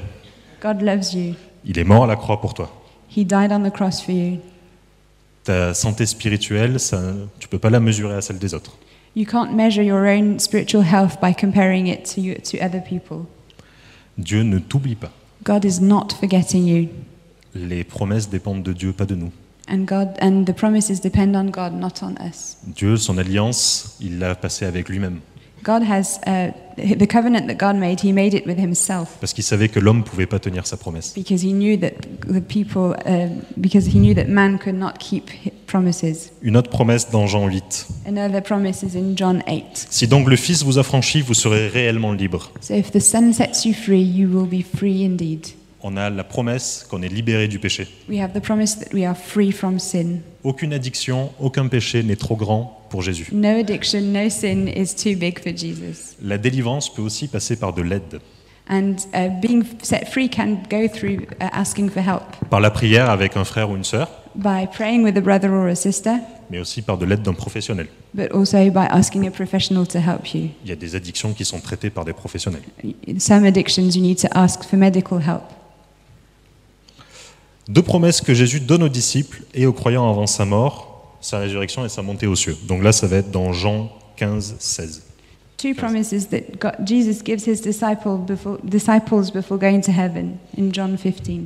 B: God loves you.
A: Il est mort à la croix pour toi.
B: He died on the cross for you.
A: Ta santé spirituelle, ça, tu peux pas la mesurer à celle des autres.
B: You can't measure your own spiritual health by comparing it to, you, to other people.
A: Dieu ne t'oublie pas.
B: God is not forgetting you,
A: Les promesses dépendent de Dieu, pas de nous.
B: and, God, and the promises depend on God, not on us.
A: Dieu, son alliance, il l'a passée avec lui-même.
B: God has uh, the covenant that God made, He made it with Himself
A: Parce qu'il savait que l'homme pouvait pas tenir sa promesse.
B: because He knew that the people, uh, because He knew that man could not keep hi- promises.
A: Une autre promesse dans Jean 8.
B: Another promise is in John 8.
A: Si donc le Fils vous affranchit, vous serez réellement libre.
B: So if the sun sets you free, you will be free indeed.
A: On a la promesse qu'on est libéré du péché.
B: We have the promise that we are free from sin.
A: Aucune addiction, aucun péché n'est trop grand pour Jésus.
B: No addiction, no sin is too big for Jesus.
A: La délivrance peut aussi passer par de l'aide,
B: And uh, being set free can go through uh, asking for help,
A: par la prière avec un frère ou une sœur,
B: by praying with a brother or a sister,
A: mais aussi par de l'aide d'un professionnel.
B: but also by asking a professional to help you.
A: Il y a des addictions qui sont traitées par des professionnels.
B: In some addictions, you need to ask for medical help.
A: Deux promesses que Jésus donne aux disciples et aux croyants avant sa mort, sa résurrection et sa montée aux cieux. Donc là, ça va être dans Jean 15, 16.
B: Two promises that God, Jesus gives his disciple before, disciples before going to heaven in John 15.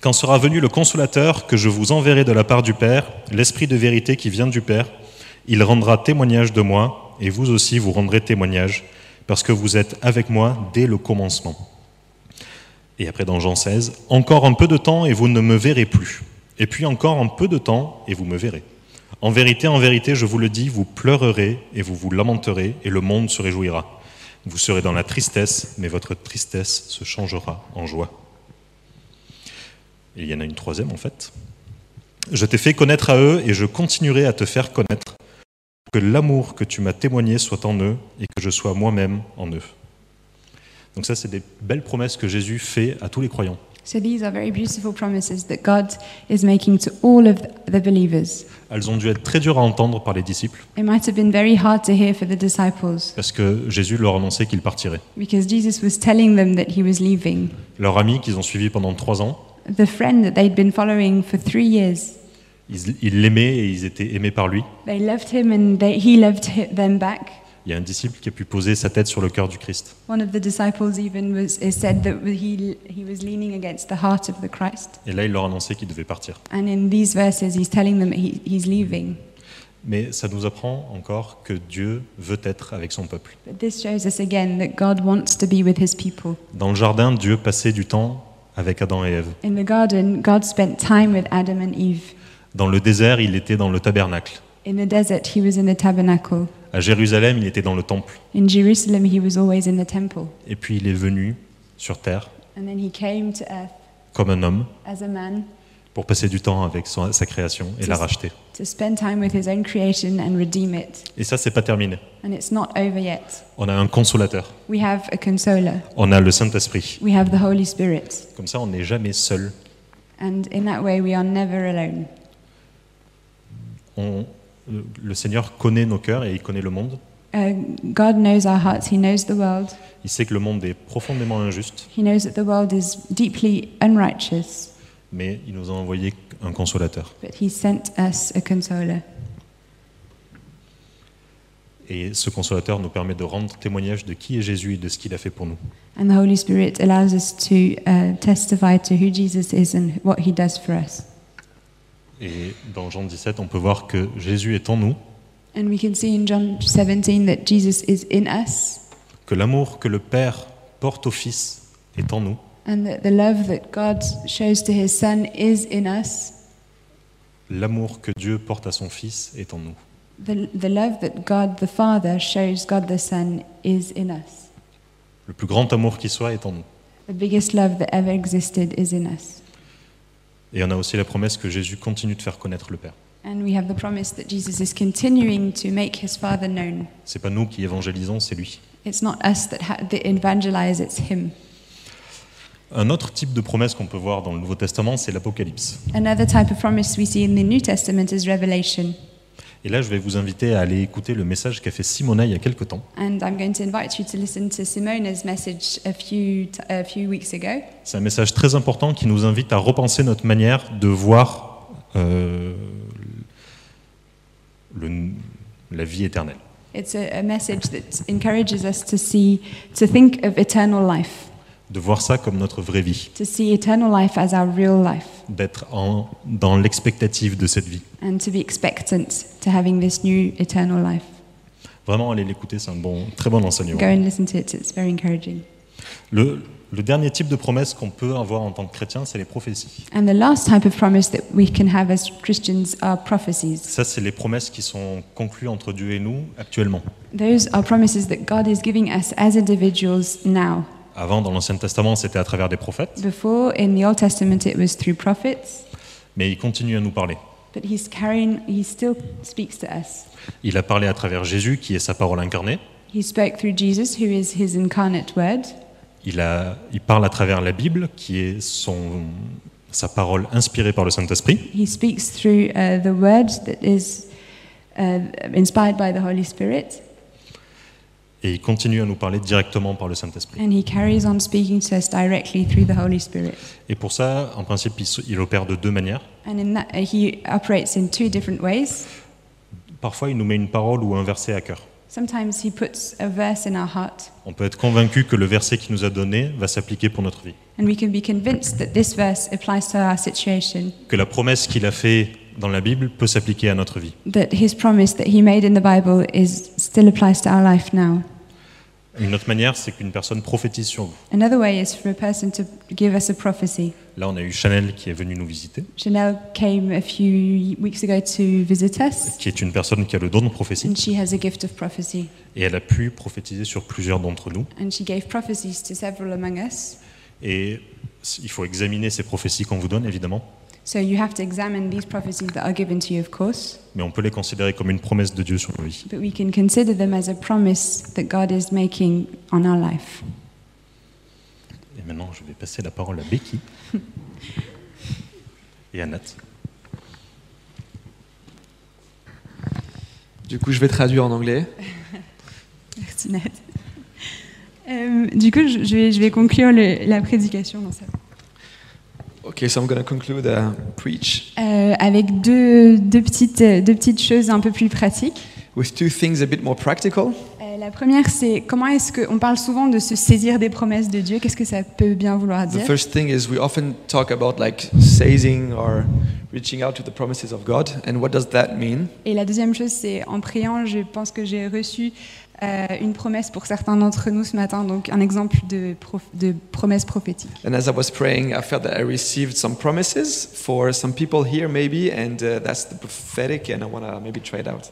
A: Quand sera venu le consolateur que je vous enverrai de la part du Père, l'Esprit de vérité qui vient du Père, il rendra témoignage de moi, et vous aussi vous rendrez témoignage, parce que vous êtes avec moi dès le commencement. Et après dans Jean 16, Encore un peu de temps et vous ne me verrez plus. Et puis encore un peu de temps et vous me verrez. En vérité, en vérité, je vous le dis, vous pleurerez et vous vous lamenterez, et le monde se réjouira. Vous serez dans la tristesse, mais votre tristesse se changera en joie. Il y en a une troisième en fait. Je t'ai fait connaître à eux et je continuerai à te faire connaître, pour que l'amour que tu m'as témoigné soit en eux et que je sois moi-même en eux. Donc ça, c'est des belles promesses que Jésus fait à tous les croyants.
B: So these are very beautiful promises that God is making to all of the believers.
A: Elles ont dû être très dures à entendre par les disciples
B: It might have been very hard to hear for the disciples
A: parce que Jésus leur annonçait qu'il partirait.
B: because Jesus was telling them that he was leaving.
A: Leur ami qu'ils ont suivi pendant trois ans,
B: The friend that they'd been following for three years,
A: ils ils l'aimaient et ils étaient aimés par lui.
B: they loved him and they, he loved hi- them back.
A: Il y a un disciple qui a pu poser sa tête sur le cœur du Christ.
B: One of the disciples even was, is said that he, he was leaning against the heart of the Christ.
A: Et là, il leur annonçait qu'il devait partir.
B: And in these verses, he's telling them he, he's leaving.
A: Mais ça nous apprend encore que Dieu veut être avec son peuple.
B: But this shows us again that God wants to be with his people.
A: Dans le jardin, Dieu passait du temps avec Adam et Ève.
B: In the garden, God spent time with Adam and Eve.
A: Dans le désert, il était dans le tabernacle.
B: In the desert, he was in the tabernacle.
A: À Jérusalem, il était dans le temple.
B: In Jerusalem, he was always in the temple.
A: Et puis il est venu sur terre
B: And then he came to earth
A: comme un homme
B: as a man
A: pour passer du temps avec son- sa création et la racheter.
B: to spend time with his own creation and redeem it.
A: Et ça, c'est pas terminé.
B: And it's not over yet.
A: On a un consolateur.
B: We have a consoler,
A: On a le Saint-Esprit.
B: we have the Holy Spirit.
A: Comme ça, on n'est jamais seul.
B: And in that way, we are never alone.
A: On- le le Seigneur connaît nos cœurs et il connaît le monde.
B: Uh, God knows our hearts, He knows the world,
A: Il sait que le monde est profondément injuste,
B: He knows that the world is deeply unrighteous,
A: mais il nous a envoyé un consolateur.
B: but He sent us a consoler.
A: Et ce consolateur nous permet de rendre témoignage de qui est Jésus et de ce qu'il a fait pour nous.
B: And the Holy Spirit allows us to uh, testify to who Jesus is and what He does for us.
A: Et dans Jean 17, on peut voir que Jésus est en nous,
B: And we can see in John 17 that Jesus is in us
A: que l'amour que le Père porte au Fils est en nous,
B: and that the love that God shows to His Son is in us.
A: l'amour que Dieu porte à son Fils est en nous.
B: The, the love that God the Father shows God the Son is in us.
A: Le plus grand amour qui soit est en nous.
B: The biggest love that ever existed is in us.
A: Et on a aussi la promesse que Jésus continue de faire connaître le Père.
B: And we have the promise that Jesus is continuing to make his Father known.
A: C'est pas nous qui évangélisons, c'est lui.
B: It's not us that, ha- that evangelize, it's him.
A: Un autre type de promesse qu'on peut voir dans le Nouveau Testament, c'est l'Apocalypse.
B: Another type of promise we see in the New Testament is revelation.
A: Et là, je vais vous inviter à aller écouter le message qu'a fait Simona il y a quelque temps.
B: And I'm going to invite you to listen to Simona's message a few, t- a few weeks ago.
A: C'est un message très important qui nous invite à repenser notre manière de voir euh, le- la vie éternelle.
B: It's a, a message that encourages us to see, to think of eternal life,
A: De voir ça comme notre vraie vie,
B: to see eternal life as our real life,
A: d'être en- dans l'expectative de cette vie.
B: and to be expectant to having this new eternal life.
A: Vraiment, allez l'écouter, c'est un bon, très bon enseignement.
B: Go and listen to it, it's very encouraging.
A: Le, le dernier type de promesse qu'on peut avoir en tant que chrétien, c'est les prophéties.
B: And the last type of promise that we can have as Christians are prophecies.
A: Ça, c'est les promesses qui sont conclues entre Dieu et nous actuellement.
B: Those are promises that God is giving us as individuals now.
A: Avant, dans l'Ancien Testament, c'était à travers des prophètes,
B: Before, in the Old Testament, it was through prophets,
A: mais il continue à nous parler.
B: but He's carrying, He still speaks to us.
A: Il a parlé à travers Jésus, qui est sa parole incarnée.
B: He spoke through Jesus, who is His incarnate word.
A: Il, a- il parle à travers la Bible, qui est son, sa parole inspirée par le Saint-Esprit,
B: He speaks through uh, the word that is uh, inspired by the Holy Spirit,
A: et il continue à nous parler directement par le Saint-Esprit.
B: and He carries on speaking to us directly through the Holy Spirit.
A: Et pour ça, en principe, il se- il opère de deux manières.
B: And in that, uh, He operates in two different ways.
A: Parfois, il nous met une parole ou un verset à cœur.
B: Sometimes He puts a verse in our heart,
A: On peut être convaincu que le verset qu'il nous a donné va s'appliquer pour notre vie,
B: and we can be convinced that this verse applies to our situation,
A: que la promesse qu'il a faite dans la Bible peut s'appliquer à notre vie.
B: that His promise that He made in the Bible is still applies to our life now.
A: Une autre manière, c'est qu'une personne prophétise sur vous.
B: Another way is for a person to give us a prophecy.
A: Là, on a eu Chanel qui est venue nous visiter,
B: Chanel came a few weeks ago to visit us,
A: qui est une personne qui a le don de prophétie,
B: and she has a gift of prophecy.
A: et elle a pu prophétiser sur plusieurs d'entre nous.
B: And she gave prophecies to several among us.
A: Et c- il faut examiner ces prophéties qu'on vous donne, évidemment,
B: So you have to examine these prophecies that are given to you, of course,
A: mais on peut les considérer comme une promesse de Dieu sur nos vies.
B: but we can consider them as a promise that God is making on our life.
A: Et maintenant, je vais passer la parole à Becky et à Nat.
C: Du coup, je vais traduire en anglais.
B: Merci, Nat. Euh, du coup, je je vais, je vais conclure le- la prédication dans ça.
C: Okay, so I'm going to conclude uh, preach
B: Euh, avec deux, deux petites, deux petites choses un peu plus pratiques.
C: with two things a bit more practical.
B: Euh, la première, c'est comment est-ce qu'on parle souvent de se saisir des promesses de Dieu Qu'est-ce que ça peut bien vouloir
C: The
B: dire
C: first thing is we often talk about like seizing or reaching out to the promises of God, and what does that mean?
B: Et la deuxième chose, c'est en priant, je pense que j'ai reçu euh, une promesse pour certains d'entre nous ce matin, donc un exemple de, prof- de promesse prophétique.
C: And as I was praying, I felt that I received some promises for some people here, maybe, and uh, that's the prophetic, and I want to maybe try it out.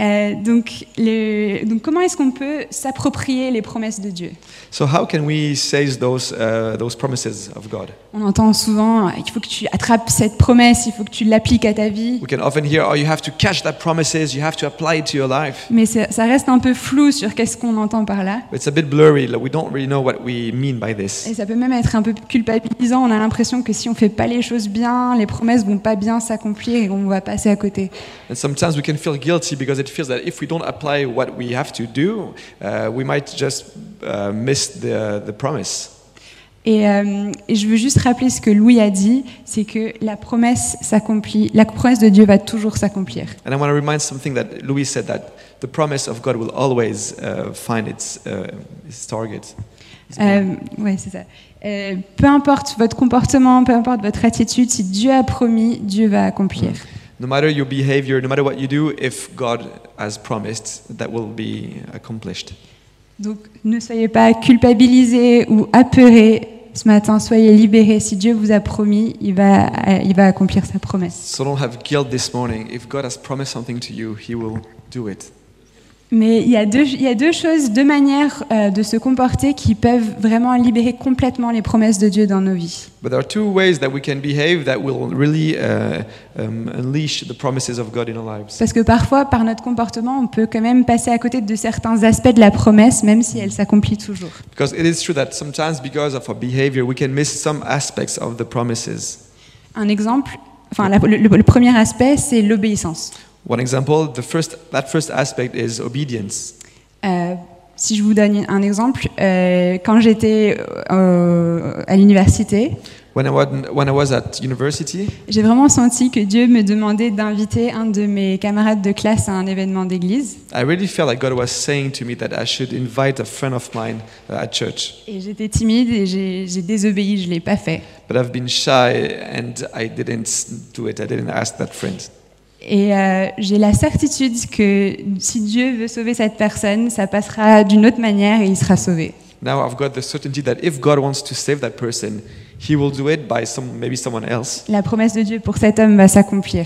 B: Euh, donc, le- donc comment est-ce qu'on peut s'approprier les promesses de Dieu
C: So, how can we seize those uh, those promises of God?
B: On entend souvent, il faut que tu attrapes cette promesse, il faut que tu l'appliques à ta vie.
C: We can often hear, "Oh, you have to catch that promises, you have to apply it to your life."
B: Mais ça ça reste un peu flou sur qu'est-ce qu'on entend par là.
C: It's a bit blurry. Like, we don't really know what we mean by this.
B: Et ça peut même être un peu culpabilisant. On a l'impression que si on fait pas les choses bien, les promesses vont pas bien s'accomplir et on va passer à côté.
C: And sometimes we can feel guilty because it feels that if we don't apply what we have to do, uh, we might just uh, miss the, the promise.
B: Et, euh, et je veux juste rappeler ce que Louis a dit, c'est que la promesse s'accomplit, la promesse de Dieu va toujours s'accomplir.
C: And I want to remind something that Louis said that the promise of God will always uh, find its, uh, its target.
B: Euh, ouais, c'est ça. Euh, peu importe votre comportement, peu importe votre attitude, si Dieu a promis, Dieu va accomplir.
C: No matter your behavior, no matter what you do, if God has promised, that will be accomplished.
B: Donc ne soyez pas culpabilisés ou apeurés ce matin, soyez libérés. Si Dieu vous a promis, il va, euh, il va accomplir sa promesse.
C: So don't have guilt this morning. If God has promised something to you, He will do it.
B: Mais il y a deux, il y a deux choses, deux manières euh, de se comporter qui peuvent vraiment libérer complètement les promesses de Dieu dans nos vies.
C: But there are two ways that we can behave that will really uh, um, unleash the promises of God in our lives.
B: Parce que parfois, par notre comportement, on peut quand même passer à côté de certains aspects de la promesse, même si elle s'accomplit toujours.
C: Because it is true that sometimes, because of our behavior, we can miss some aspects of the promises.
B: Un exemple, enfin la- le, le premier aspect, c'est l'obéissance.
C: One example, the first, that first aspect is obedience.
B: Euh, si je vous donne un exemple, euh, quand j'étais euh, à l'université,
C: When I, was, when I was at university,
B: j'ai vraiment senti que Dieu me demandait d'inviter un de mes camarades de classe à un événement d'église.
C: I really felt like God was saying to me that I should invite a friend of mine uh, at church.
B: Et j'étais timide et j'ai j'ai désobéi, je ne l'ai pas fait.
C: But I've been shy and I didn't do it. I didn't ask that friend.
B: Et euh, j'ai la certitude que si Dieu veut sauver cette personne, ça passera d'une autre manière et il sera sauvé.
C: Now I've got the certainty that if God wants to save that person, He will do it by some, maybe someone else.
B: La promesse de Dieu pour cet homme va s'accomplir.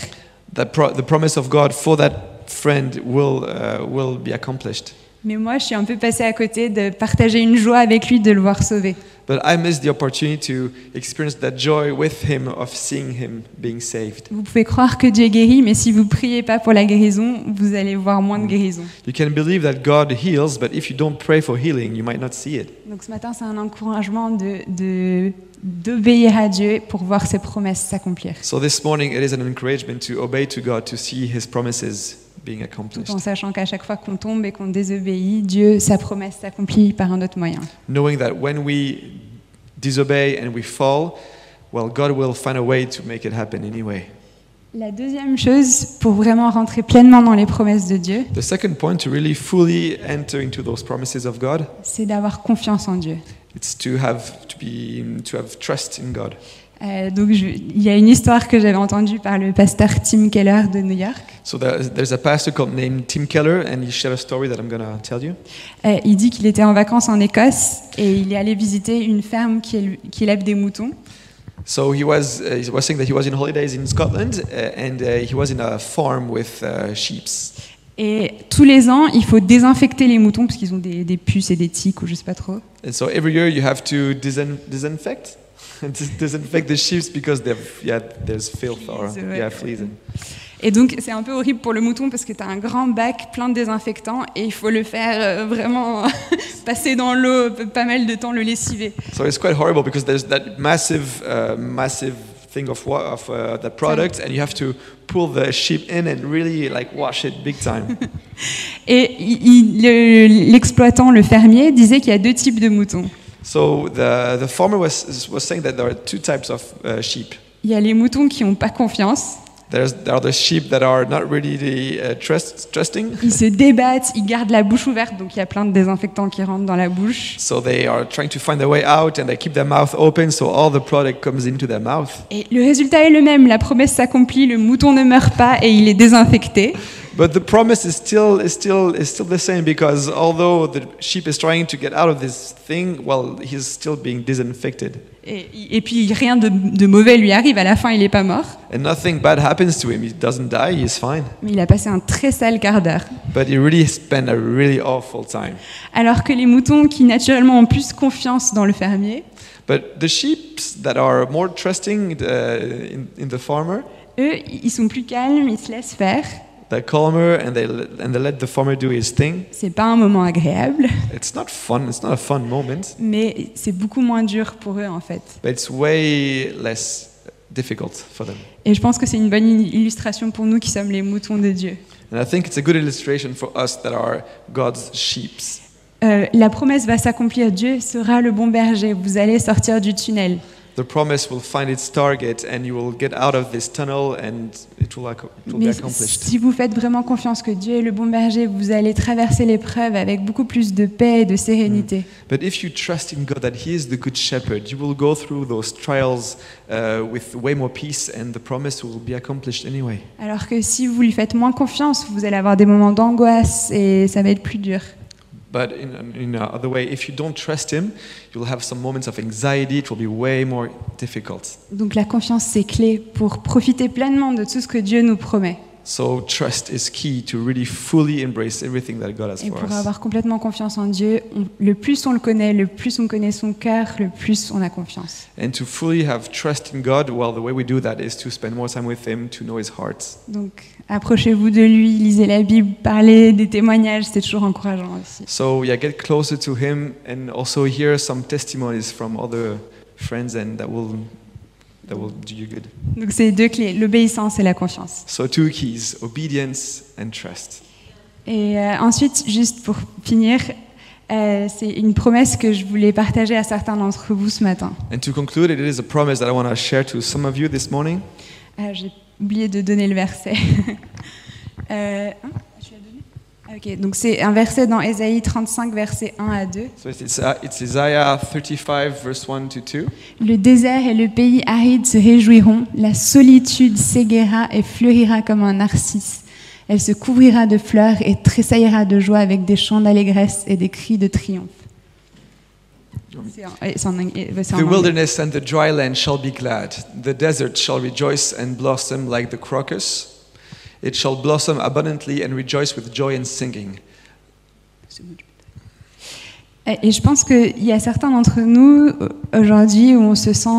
C: That pro- the promise of God for that friend will, uh, will be accomplished.
B: Mais moi, je suis un peu passée à côté de partager une joie avec lui de le voir sauvé.
C: But I missed the opportunity to experience that joy with him of seeing him being saved.
B: Vous pouvez croire que Dieu guérit, mais si vous priez pas pour la guérison, vous allez voir moins de guérison.
C: You can believe that God heals, but if you don't pray for healing, you might not see it.
B: Donc ce matin, c'est un encouragement de- de- d'obéir à Dieu pour voir ses promesses s'accomplir,
C: So this morning, it is an encouragement to obey to God to see his promises being
B: tout
C: accomplished,
B: en sachant qu'à chaque fois qu'on tombe et qu'on désobéit, Dieu, sa promesse s'accomplit par un autre moyen.
C: knowing that when we disobey and we fall, well, God will find a way to make it happen anyway.
B: La deuxième chose, pour vraiment rentrer pleinement dans les promesses de Dieu,
C: The second point to really fully enter into those promises of God,
B: c'est d'avoir confiance en Dieu.
C: it's to have to be to have trust in God.
B: Euh, donc je- il y a une histoire que j'avais entendue par le pasteur Tim Keller de New York.
C: So there, there's a pastor called named Tim Keller, and he shared a story that I'm gonna tell you.
B: Euh, il dit qu'il était en vacances en Écosse et il est allé visiter une ferme qui, éle- qui élève des moutons.
C: So he was uh, he was saying that he was in holidays in Scotland, uh, and uh, he was in a farm with uh, sheep's.
B: Et tous les ans, il faut désinfecter les moutons parce qu'ils ont des, des puces et des tiques ou je sais pas trop.
C: And so every year you have to disin- disinfect, dis- disinfect the sheep because they've, yeah, there's filth or
B: Fleas, ouais.
C: yeah, fleas. in.
B: Et donc c'est un peu horrible pour le mouton parce que tu as un grand bac plein de désinfectants et il faut le faire euh, vraiment passer dans l'eau p- pas mal de temps, le lessiver.
C: So it's quite horrible because there's that massive, uh, massive thing of wa- of uh, the product, and you have to pull the sheep in and really like wash it big time.
B: Et il- il- le- l'exploitant, le fermier, disait qu'il y a deux types de moutons.
C: so the the farmer was was saying that there are two types of uh, sheep.
B: Il y a les moutons qui n'ont pas confiance.
C: There's there are the sheep that are not really uh, trust, trusting,
B: Ils se débattent, ils gardent la bouche ouverte, donc il y a plein de désinfectants qui rentrent dans la bouche.
C: so they are trying to find their way out, and they keep their mouth open, so all the product comes into their mouth.
B: Et le résultat est le même, la promesse s'accomplit, le mouton ne meurt pas et il est désinfecté.
C: But the promise is still is still is still the same because although the sheep is trying to get out of this thing, well, he's still being disinfected,
B: Et, et puis rien de, de mauvais lui arrive, à la fin il n'est pas mort.
C: and nothing bad happens to him. He doesn't die. He's fine.
B: Mais il a passé un très sale quart d'heure.
C: But he really spent a really awful time.
B: Alors que les moutons qui naturellement ont plus confiance dans le fermier,
C: But the sheep that are more trusting uh, in, in the farmer,
B: eux, ils sont plus calmes, ils se laissent faire.
C: they're calmer, and they l- and they let the farmer do his thing.
B: C'est pas un moment agréable,
C: It's not fun. It's not a fun moment,
B: mais c'est beaucoup moins dur pour eux en fait.
C: but it's way less difficult for them.
B: Et je pense que c'est une bonne illustration pour nous qui sommes les moutons de Dieu.
C: And I think it's a good illustration for us that are God's sheep.
B: Euh, la promesse va s'accomplir, Dieu sera le bon berger, vous allez sortir du tunnel.
C: The promise will find its target, and you will get out of this tunnel, and it will, ac- it will be
B: Mais
C: accomplished.
B: si vous faites vraiment confiance que Dieu est le bon berger, vous allez traverser l'épreuve avec beaucoup plus de paix et de sérénité.
C: But if you trust in God that He is the good shepherd, you will go through those trials uh, with way more peace, and the promise will be accomplished anyway.
B: Alors que si vous lui faites moins confiance, vous allez avoir des moments d'angoisse et ça va être plus dur.
C: But in, in another way, if you don't trust Him, you'll have some moments of anxiety. It will be way more difficult.
B: Donc la confiance, c'est clé pour profiter pleinement de tout ce que Dieu nous promet.
C: So trust is key to really fully embrace everything that God has
B: Et
C: for
B: pour
C: us.
B: avoir complètement confiance en Dieu, on- le plus on le connaît, le plus on connaît son cœur, le plus on a confiance.
C: And to fully have trust in God, well, the way we do that is to spend more time with Him, to know His heart.
B: Donc approchez-vous de lui, lisez la Bible, parlez des témoignages, c'est toujours encourageant aussi.
C: So, yeah, get closer to Him and also hear some testimonies from other friends, and that will, that will do you good.
B: Donc c'est deux clés, l'obéissance et la confiance.
C: So, two keys obedience and trust.
B: Et euh, ensuite, juste pour finir, euh, c'est une promesse que je voulais partager à certains d'entre vous ce matin.
C: And to conclude, it is a promise that I want to share to some of you this morning.
B: Ah, J'ai oublié de donner le verset. Euh, hein, je l'ai donné Ah, ok, donc c'est un verset dans Ésaïe 35, versets 1 à 2.
C: So, it's, it's, uh, it's Isaiah 35, verse 1 to 2.
B: Le désert et le pays aride se réjouiront, la solitude s'égaiera et fleurira comme un narcisse. Elle se couvrira de fleurs et tressaillera de joie avec des chants d'allégresse et des cris de triomphe. C'est en- ouais, c'est en ang- ouais, c'est en
C: The
B: anglais.
C: wilderness and the dry land shall be glad. The desert shall rejoice and blossom like the crocus. It shall blossom abundantly and rejoice with joy and singing.
B: so much better. Et je pense qu'il y a certains d'entre nous euh, aujourd'hui où on se sent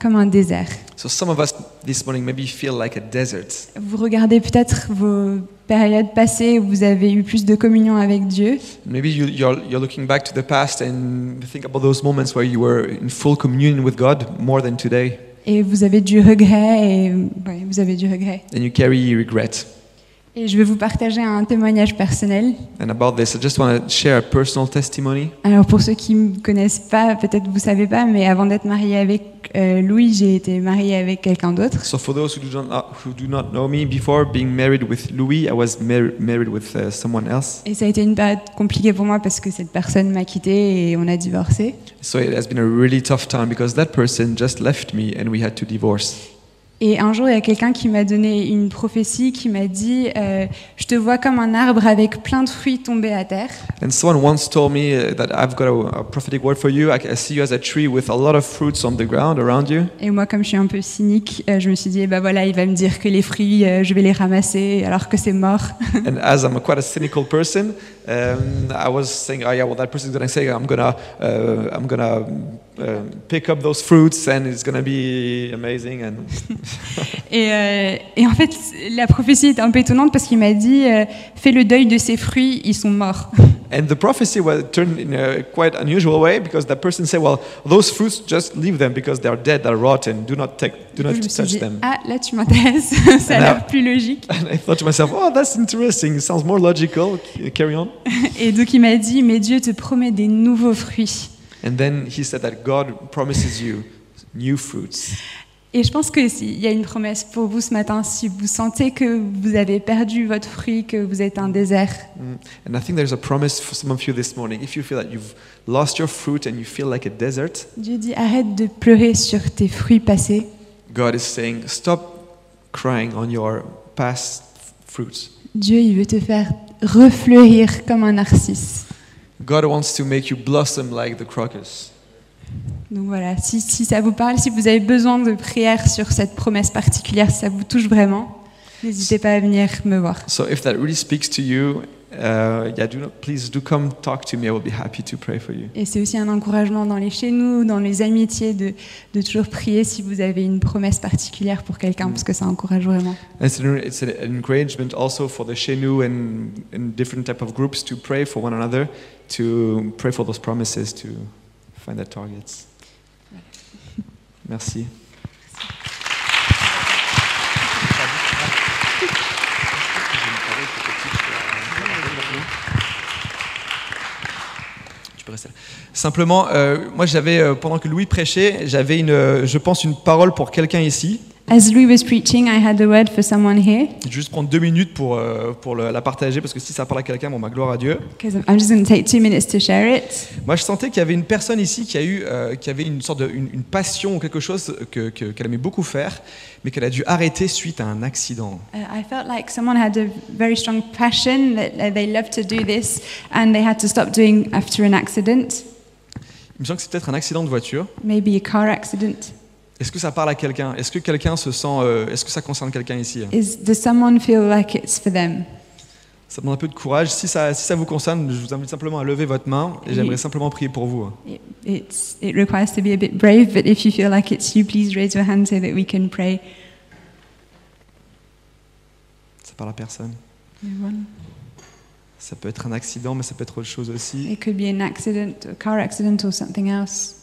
B: comme un désert.
C: So some of us this morning maybe feel like a desert.
B: Vous regardez peut-être vos périodes passées où vous avez eu plus de communion avec Dieu.
C: Maybe you, you're, you're looking back to the past and think about those moments where you were in full communion with God more than today,
B: Et vous avez du regret, et ouais, vous avez du regret.
C: and you carry regret.
B: Et je vais vous partager un témoignage personnel.
C: And about this, I just want to share a personal testimony.
B: Alors pour ceux qui ne me connaissent pas, peut-être vous savez pas, mais avant d'être mariée avec euh, Louis, j'ai été mariée avec quelqu'un d'autre.
C: So for those who do not who do not know me, before being married with Louis, I was mar- married with uh, someone else.
B: Et ça a été une période compliquée pour moi parce que cette personne m'a quittée et on a divorcé.
C: So it has been a really tough time because that person just left me and we had to divorce.
B: Et un jour, il y a quelqu'un qui m'a donné une prophétie qui m'a dit euh, Je te vois comme un arbre avec plein de fruits tombés à terre.
C: And someone once told me uh, that I've got a, a prophetic word for you. I, I see you as a tree with a lot of fruits on the ground around you.
B: Et moi, comme je suis un peu cynique, euh, je me suis dit Eh ben voilà, il va me dire que les fruits, euh, je vais les ramasser alors que c'est mort.
C: and as I'm quite a cynical person, um, I was saying, oh yeah, well that person's gonna say I'm gonna uh, I'm gonna um, pick up those fruits and it's gonna be amazing. And
B: Et, euh, et en fait, la prophétie était un peu étonnante parce qu'il m'a dit euh, Fais le deuil de ces fruits, ils sont morts.
C: and the prophecy was turned in a quite unusual way because that person said, well those fruits just leave them because they're dead, they're rotten. Do not take,
B: Du
C: do
B: coup, je
C: not
B: me suis
C: touch
B: dit
C: them.
B: Ah, là, tu m'intéresses, ça a
C: Là.
B: l'air plus logique.
C: And I thought to myself, oh that's interesting. It sounds more logical. Carry on.
B: Et donc, il m'a dit Mais Dieu te promet des nouveaux fruits.
C: And then he said that God promises you new fruits.
B: Et je pense qu'il y a une promesse pour vous ce matin. Si vous sentez que vous avez perdu votre fruit, que vous êtes un désert,
C: Mm. And I think there's a promise for some of you this morning. If you feel that you've lost your fruit and you feel like a desert,
B: Dieu dit arrête de pleurer sur tes fruits passés.
C: God is saying, stop crying on your past f- fruits.
B: Dieu, il veut te faire refleurir comme un narcisse.
C: God wants to make you blossom like the crocus.
B: Donc voilà, si, si ça vous parle, si vous avez besoin de prière sur cette promesse particulière, si ça vous touche vraiment, n'hésitez pas à venir me voir.
C: So if that really speaks to you, uh, yeah, do not, please do come talk to me. I will be happy to pray for you.
B: Et c'est aussi un encouragement dans les chez nous, dans les amitiés, de, de toujours prier si vous avez une promesse particulière pour quelqu'un, parce que ça encourage vraiment.
C: And it's an, it's an encouragement also for the Shenu and, and different type of groups to pray for one another, to pray for those promises, to find their targets. Merci. Tu peux rester là. Simplement, euh, moi j'avais, euh, pendant que Louis prêchait, j'avais une, euh, je pense, une parole pour quelqu'un ici.
B: As Louis was preaching, I had a word for someone here,
C: Je vais juste prendre deux minutes pour, euh, pour le- la partager parce que si ça parle à quelqu'un, bon, bah, gloire à Dieu.
B: 'cause I'm just going to take two minutes to share it.
C: Moi, je sentais qu'il y avait une personne ici qui a eu, euh, qui avait une sorte de une, une passion ou quelque chose que, que- qu'elle aimait beaucoup faire, mais qu'elle a dû arrêter suite à un accident.
B: Uh, I felt like someone had a very strong passion that uh, they loved to do this, and they had to stop doing after an accident,
C: Il me semble que c'est peut-être un accident de voiture.
B: maybe a car accident.
C: Est-ce que ça parle à quelqu'un Est-ce que quelqu'un se sent euh, Est-ce que ça concerne quelqu'un ici
B: Is does someone feel like it's for them?
C: Ça demande un peu de courage. Si ça, si ça vous concerne, je vous invite simplement à lever votre main et j'aimerais simplement prier pour vous. hein.
B: It, it's, it requires to be a bit brave, but if you feel like it's you, please raise your hand so that we can pray.
C: Ça parle à personne.
B: No one.
C: Ça peut être un accident, mais ça peut être autre chose aussi.
B: It could be an accident, a car accident, or something else.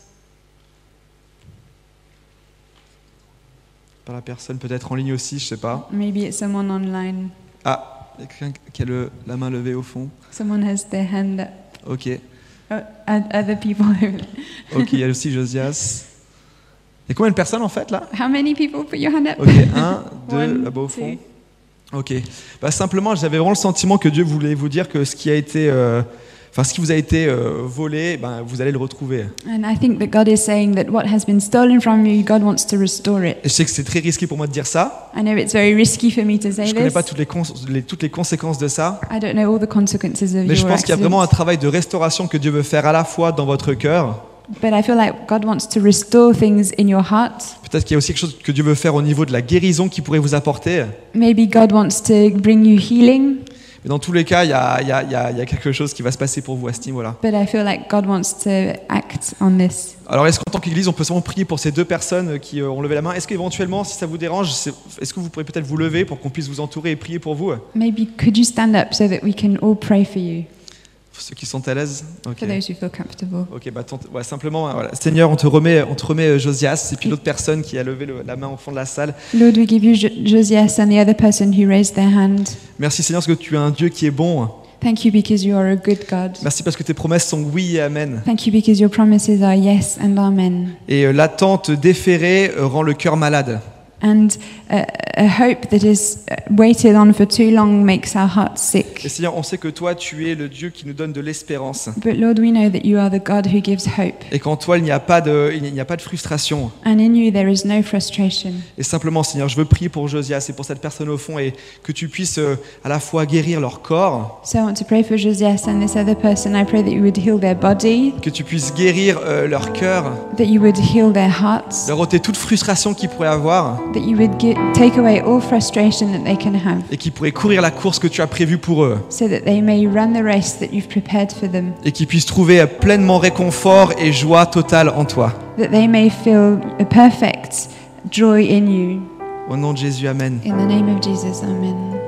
C: Ça parle à personne, peut-être en ligne aussi, je sais pas.
B: Maybe it's someone online.
C: Ah, il y a quelqu'un qui a le- la main levée au fond.
B: Someone has their hand up.
C: Ok.
B: Oh, and other people.
C: Ok, il y a aussi Josias. Il y a combien de personnes en fait là
B: How many people put your hand up?
C: Ok, un, deux,
B: One,
C: là-bas au fond.
B: two.
C: Ok. Bah, simplement, j'avais vraiment le sentiment que Dieu voulait vous dire que ce qui a été, euh, enfin ce qui vous a été euh, volé, ben, vous allez le retrouver.
B: And I think that God is saying that what has been stolen from you, God wants to restore it.
C: Et je sais que c'est très risqué pour moi de dire ça.
B: I know it's very risky for me to
C: Je
B: say
C: connais
B: this.
C: pas toutes les, cons- les- toutes les conséquences de ça.
B: I don't know all the consequences of
C: Mais je
B: your
C: pense qu'il y a
B: accident,
C: vraiment un travail de restauration que Dieu veut faire à la fois dans votre cœur.
B: but I feel like God wants to restore things in your heart.
C: Peut-être qu'il y a aussi quelque chose que Dieu veut faire au niveau de la guérison qui pourrait vous apporter.
B: Maybe God wants to bring you healing.
C: Mais dans tous les cas, il y a, il y a- il y a- il y a quelque chose qui va se passer pour vous à ce niveau-là.
B: But I feel like God wants to act on this.
C: Alors, est-ce qu'en tant qu'Église, on peut seulement prier pour ces deux personnes qui euh, ont levé la main Est-ce qu'éventuellement, si ça vous dérange, c'est- est-ce que vous pourrez peut-être vous lever pour qu'on puisse vous entourer et prier pour vous
B: Maybe
D: Could you stand up so that we can all pray for you,
C: Pour ceux qui sont à l'aise Ok.
B: for those who feel comfortable.
C: Ok, bah tente- ouais, simplement, hein, voilà. Seigneur, on te remet, on te remet euh, Josias et puis l'autre personne qui a levé le- la main au fond de la salle.
B: Lord, we give you Jo- Josias and the other person who raised their hand.
C: Merci Seigneur parce que tu es un Dieu qui est bon.
B: Thank you because you are a good God.
C: Merci parce que tes promesses sont oui et amen.
B: Thank you because your promises are yes and amen.
C: Et euh, l'attente déférée euh, rend le cœur malade.
B: And uh, a hope that is uh, waited on for too long makes our hearts sick.
C: Et Seigneur, on sait que toi, tu es le Dieu qui nous donne de l'espérance.
B: But Lord, we know that you are the God who gives hope.
C: Et qu'en toi, il n'y a pas de, il n'y a pas de frustration.
B: And in you there is no frustration.
C: Et simplement, Seigneur, je veux prier pour Josias et pour cette personne au fond et que tu puisses euh, à la fois guérir leur corps,
B: So I want to pray for Josias and this other person. I pray that you would heal their body,
C: que tu puisses guérir euh, leur cœur,
B: that you would heal their hearts,
C: leur ôter toute frustration qu'ils pourraient avoir
B: that you would get, take away all frustration that they can have,
C: et qu'ils pourraient courir la course que tu as prévue pour eux
B: so that they may run the race that you've prepared for them,
C: et qu'ils puissent trouver euh, pleinement réconfort et joie totale en toi.
B: that they may feel a perfect joy in you.
C: Au nom de Jésus, amen.
B: In the name of Jesus, Amen.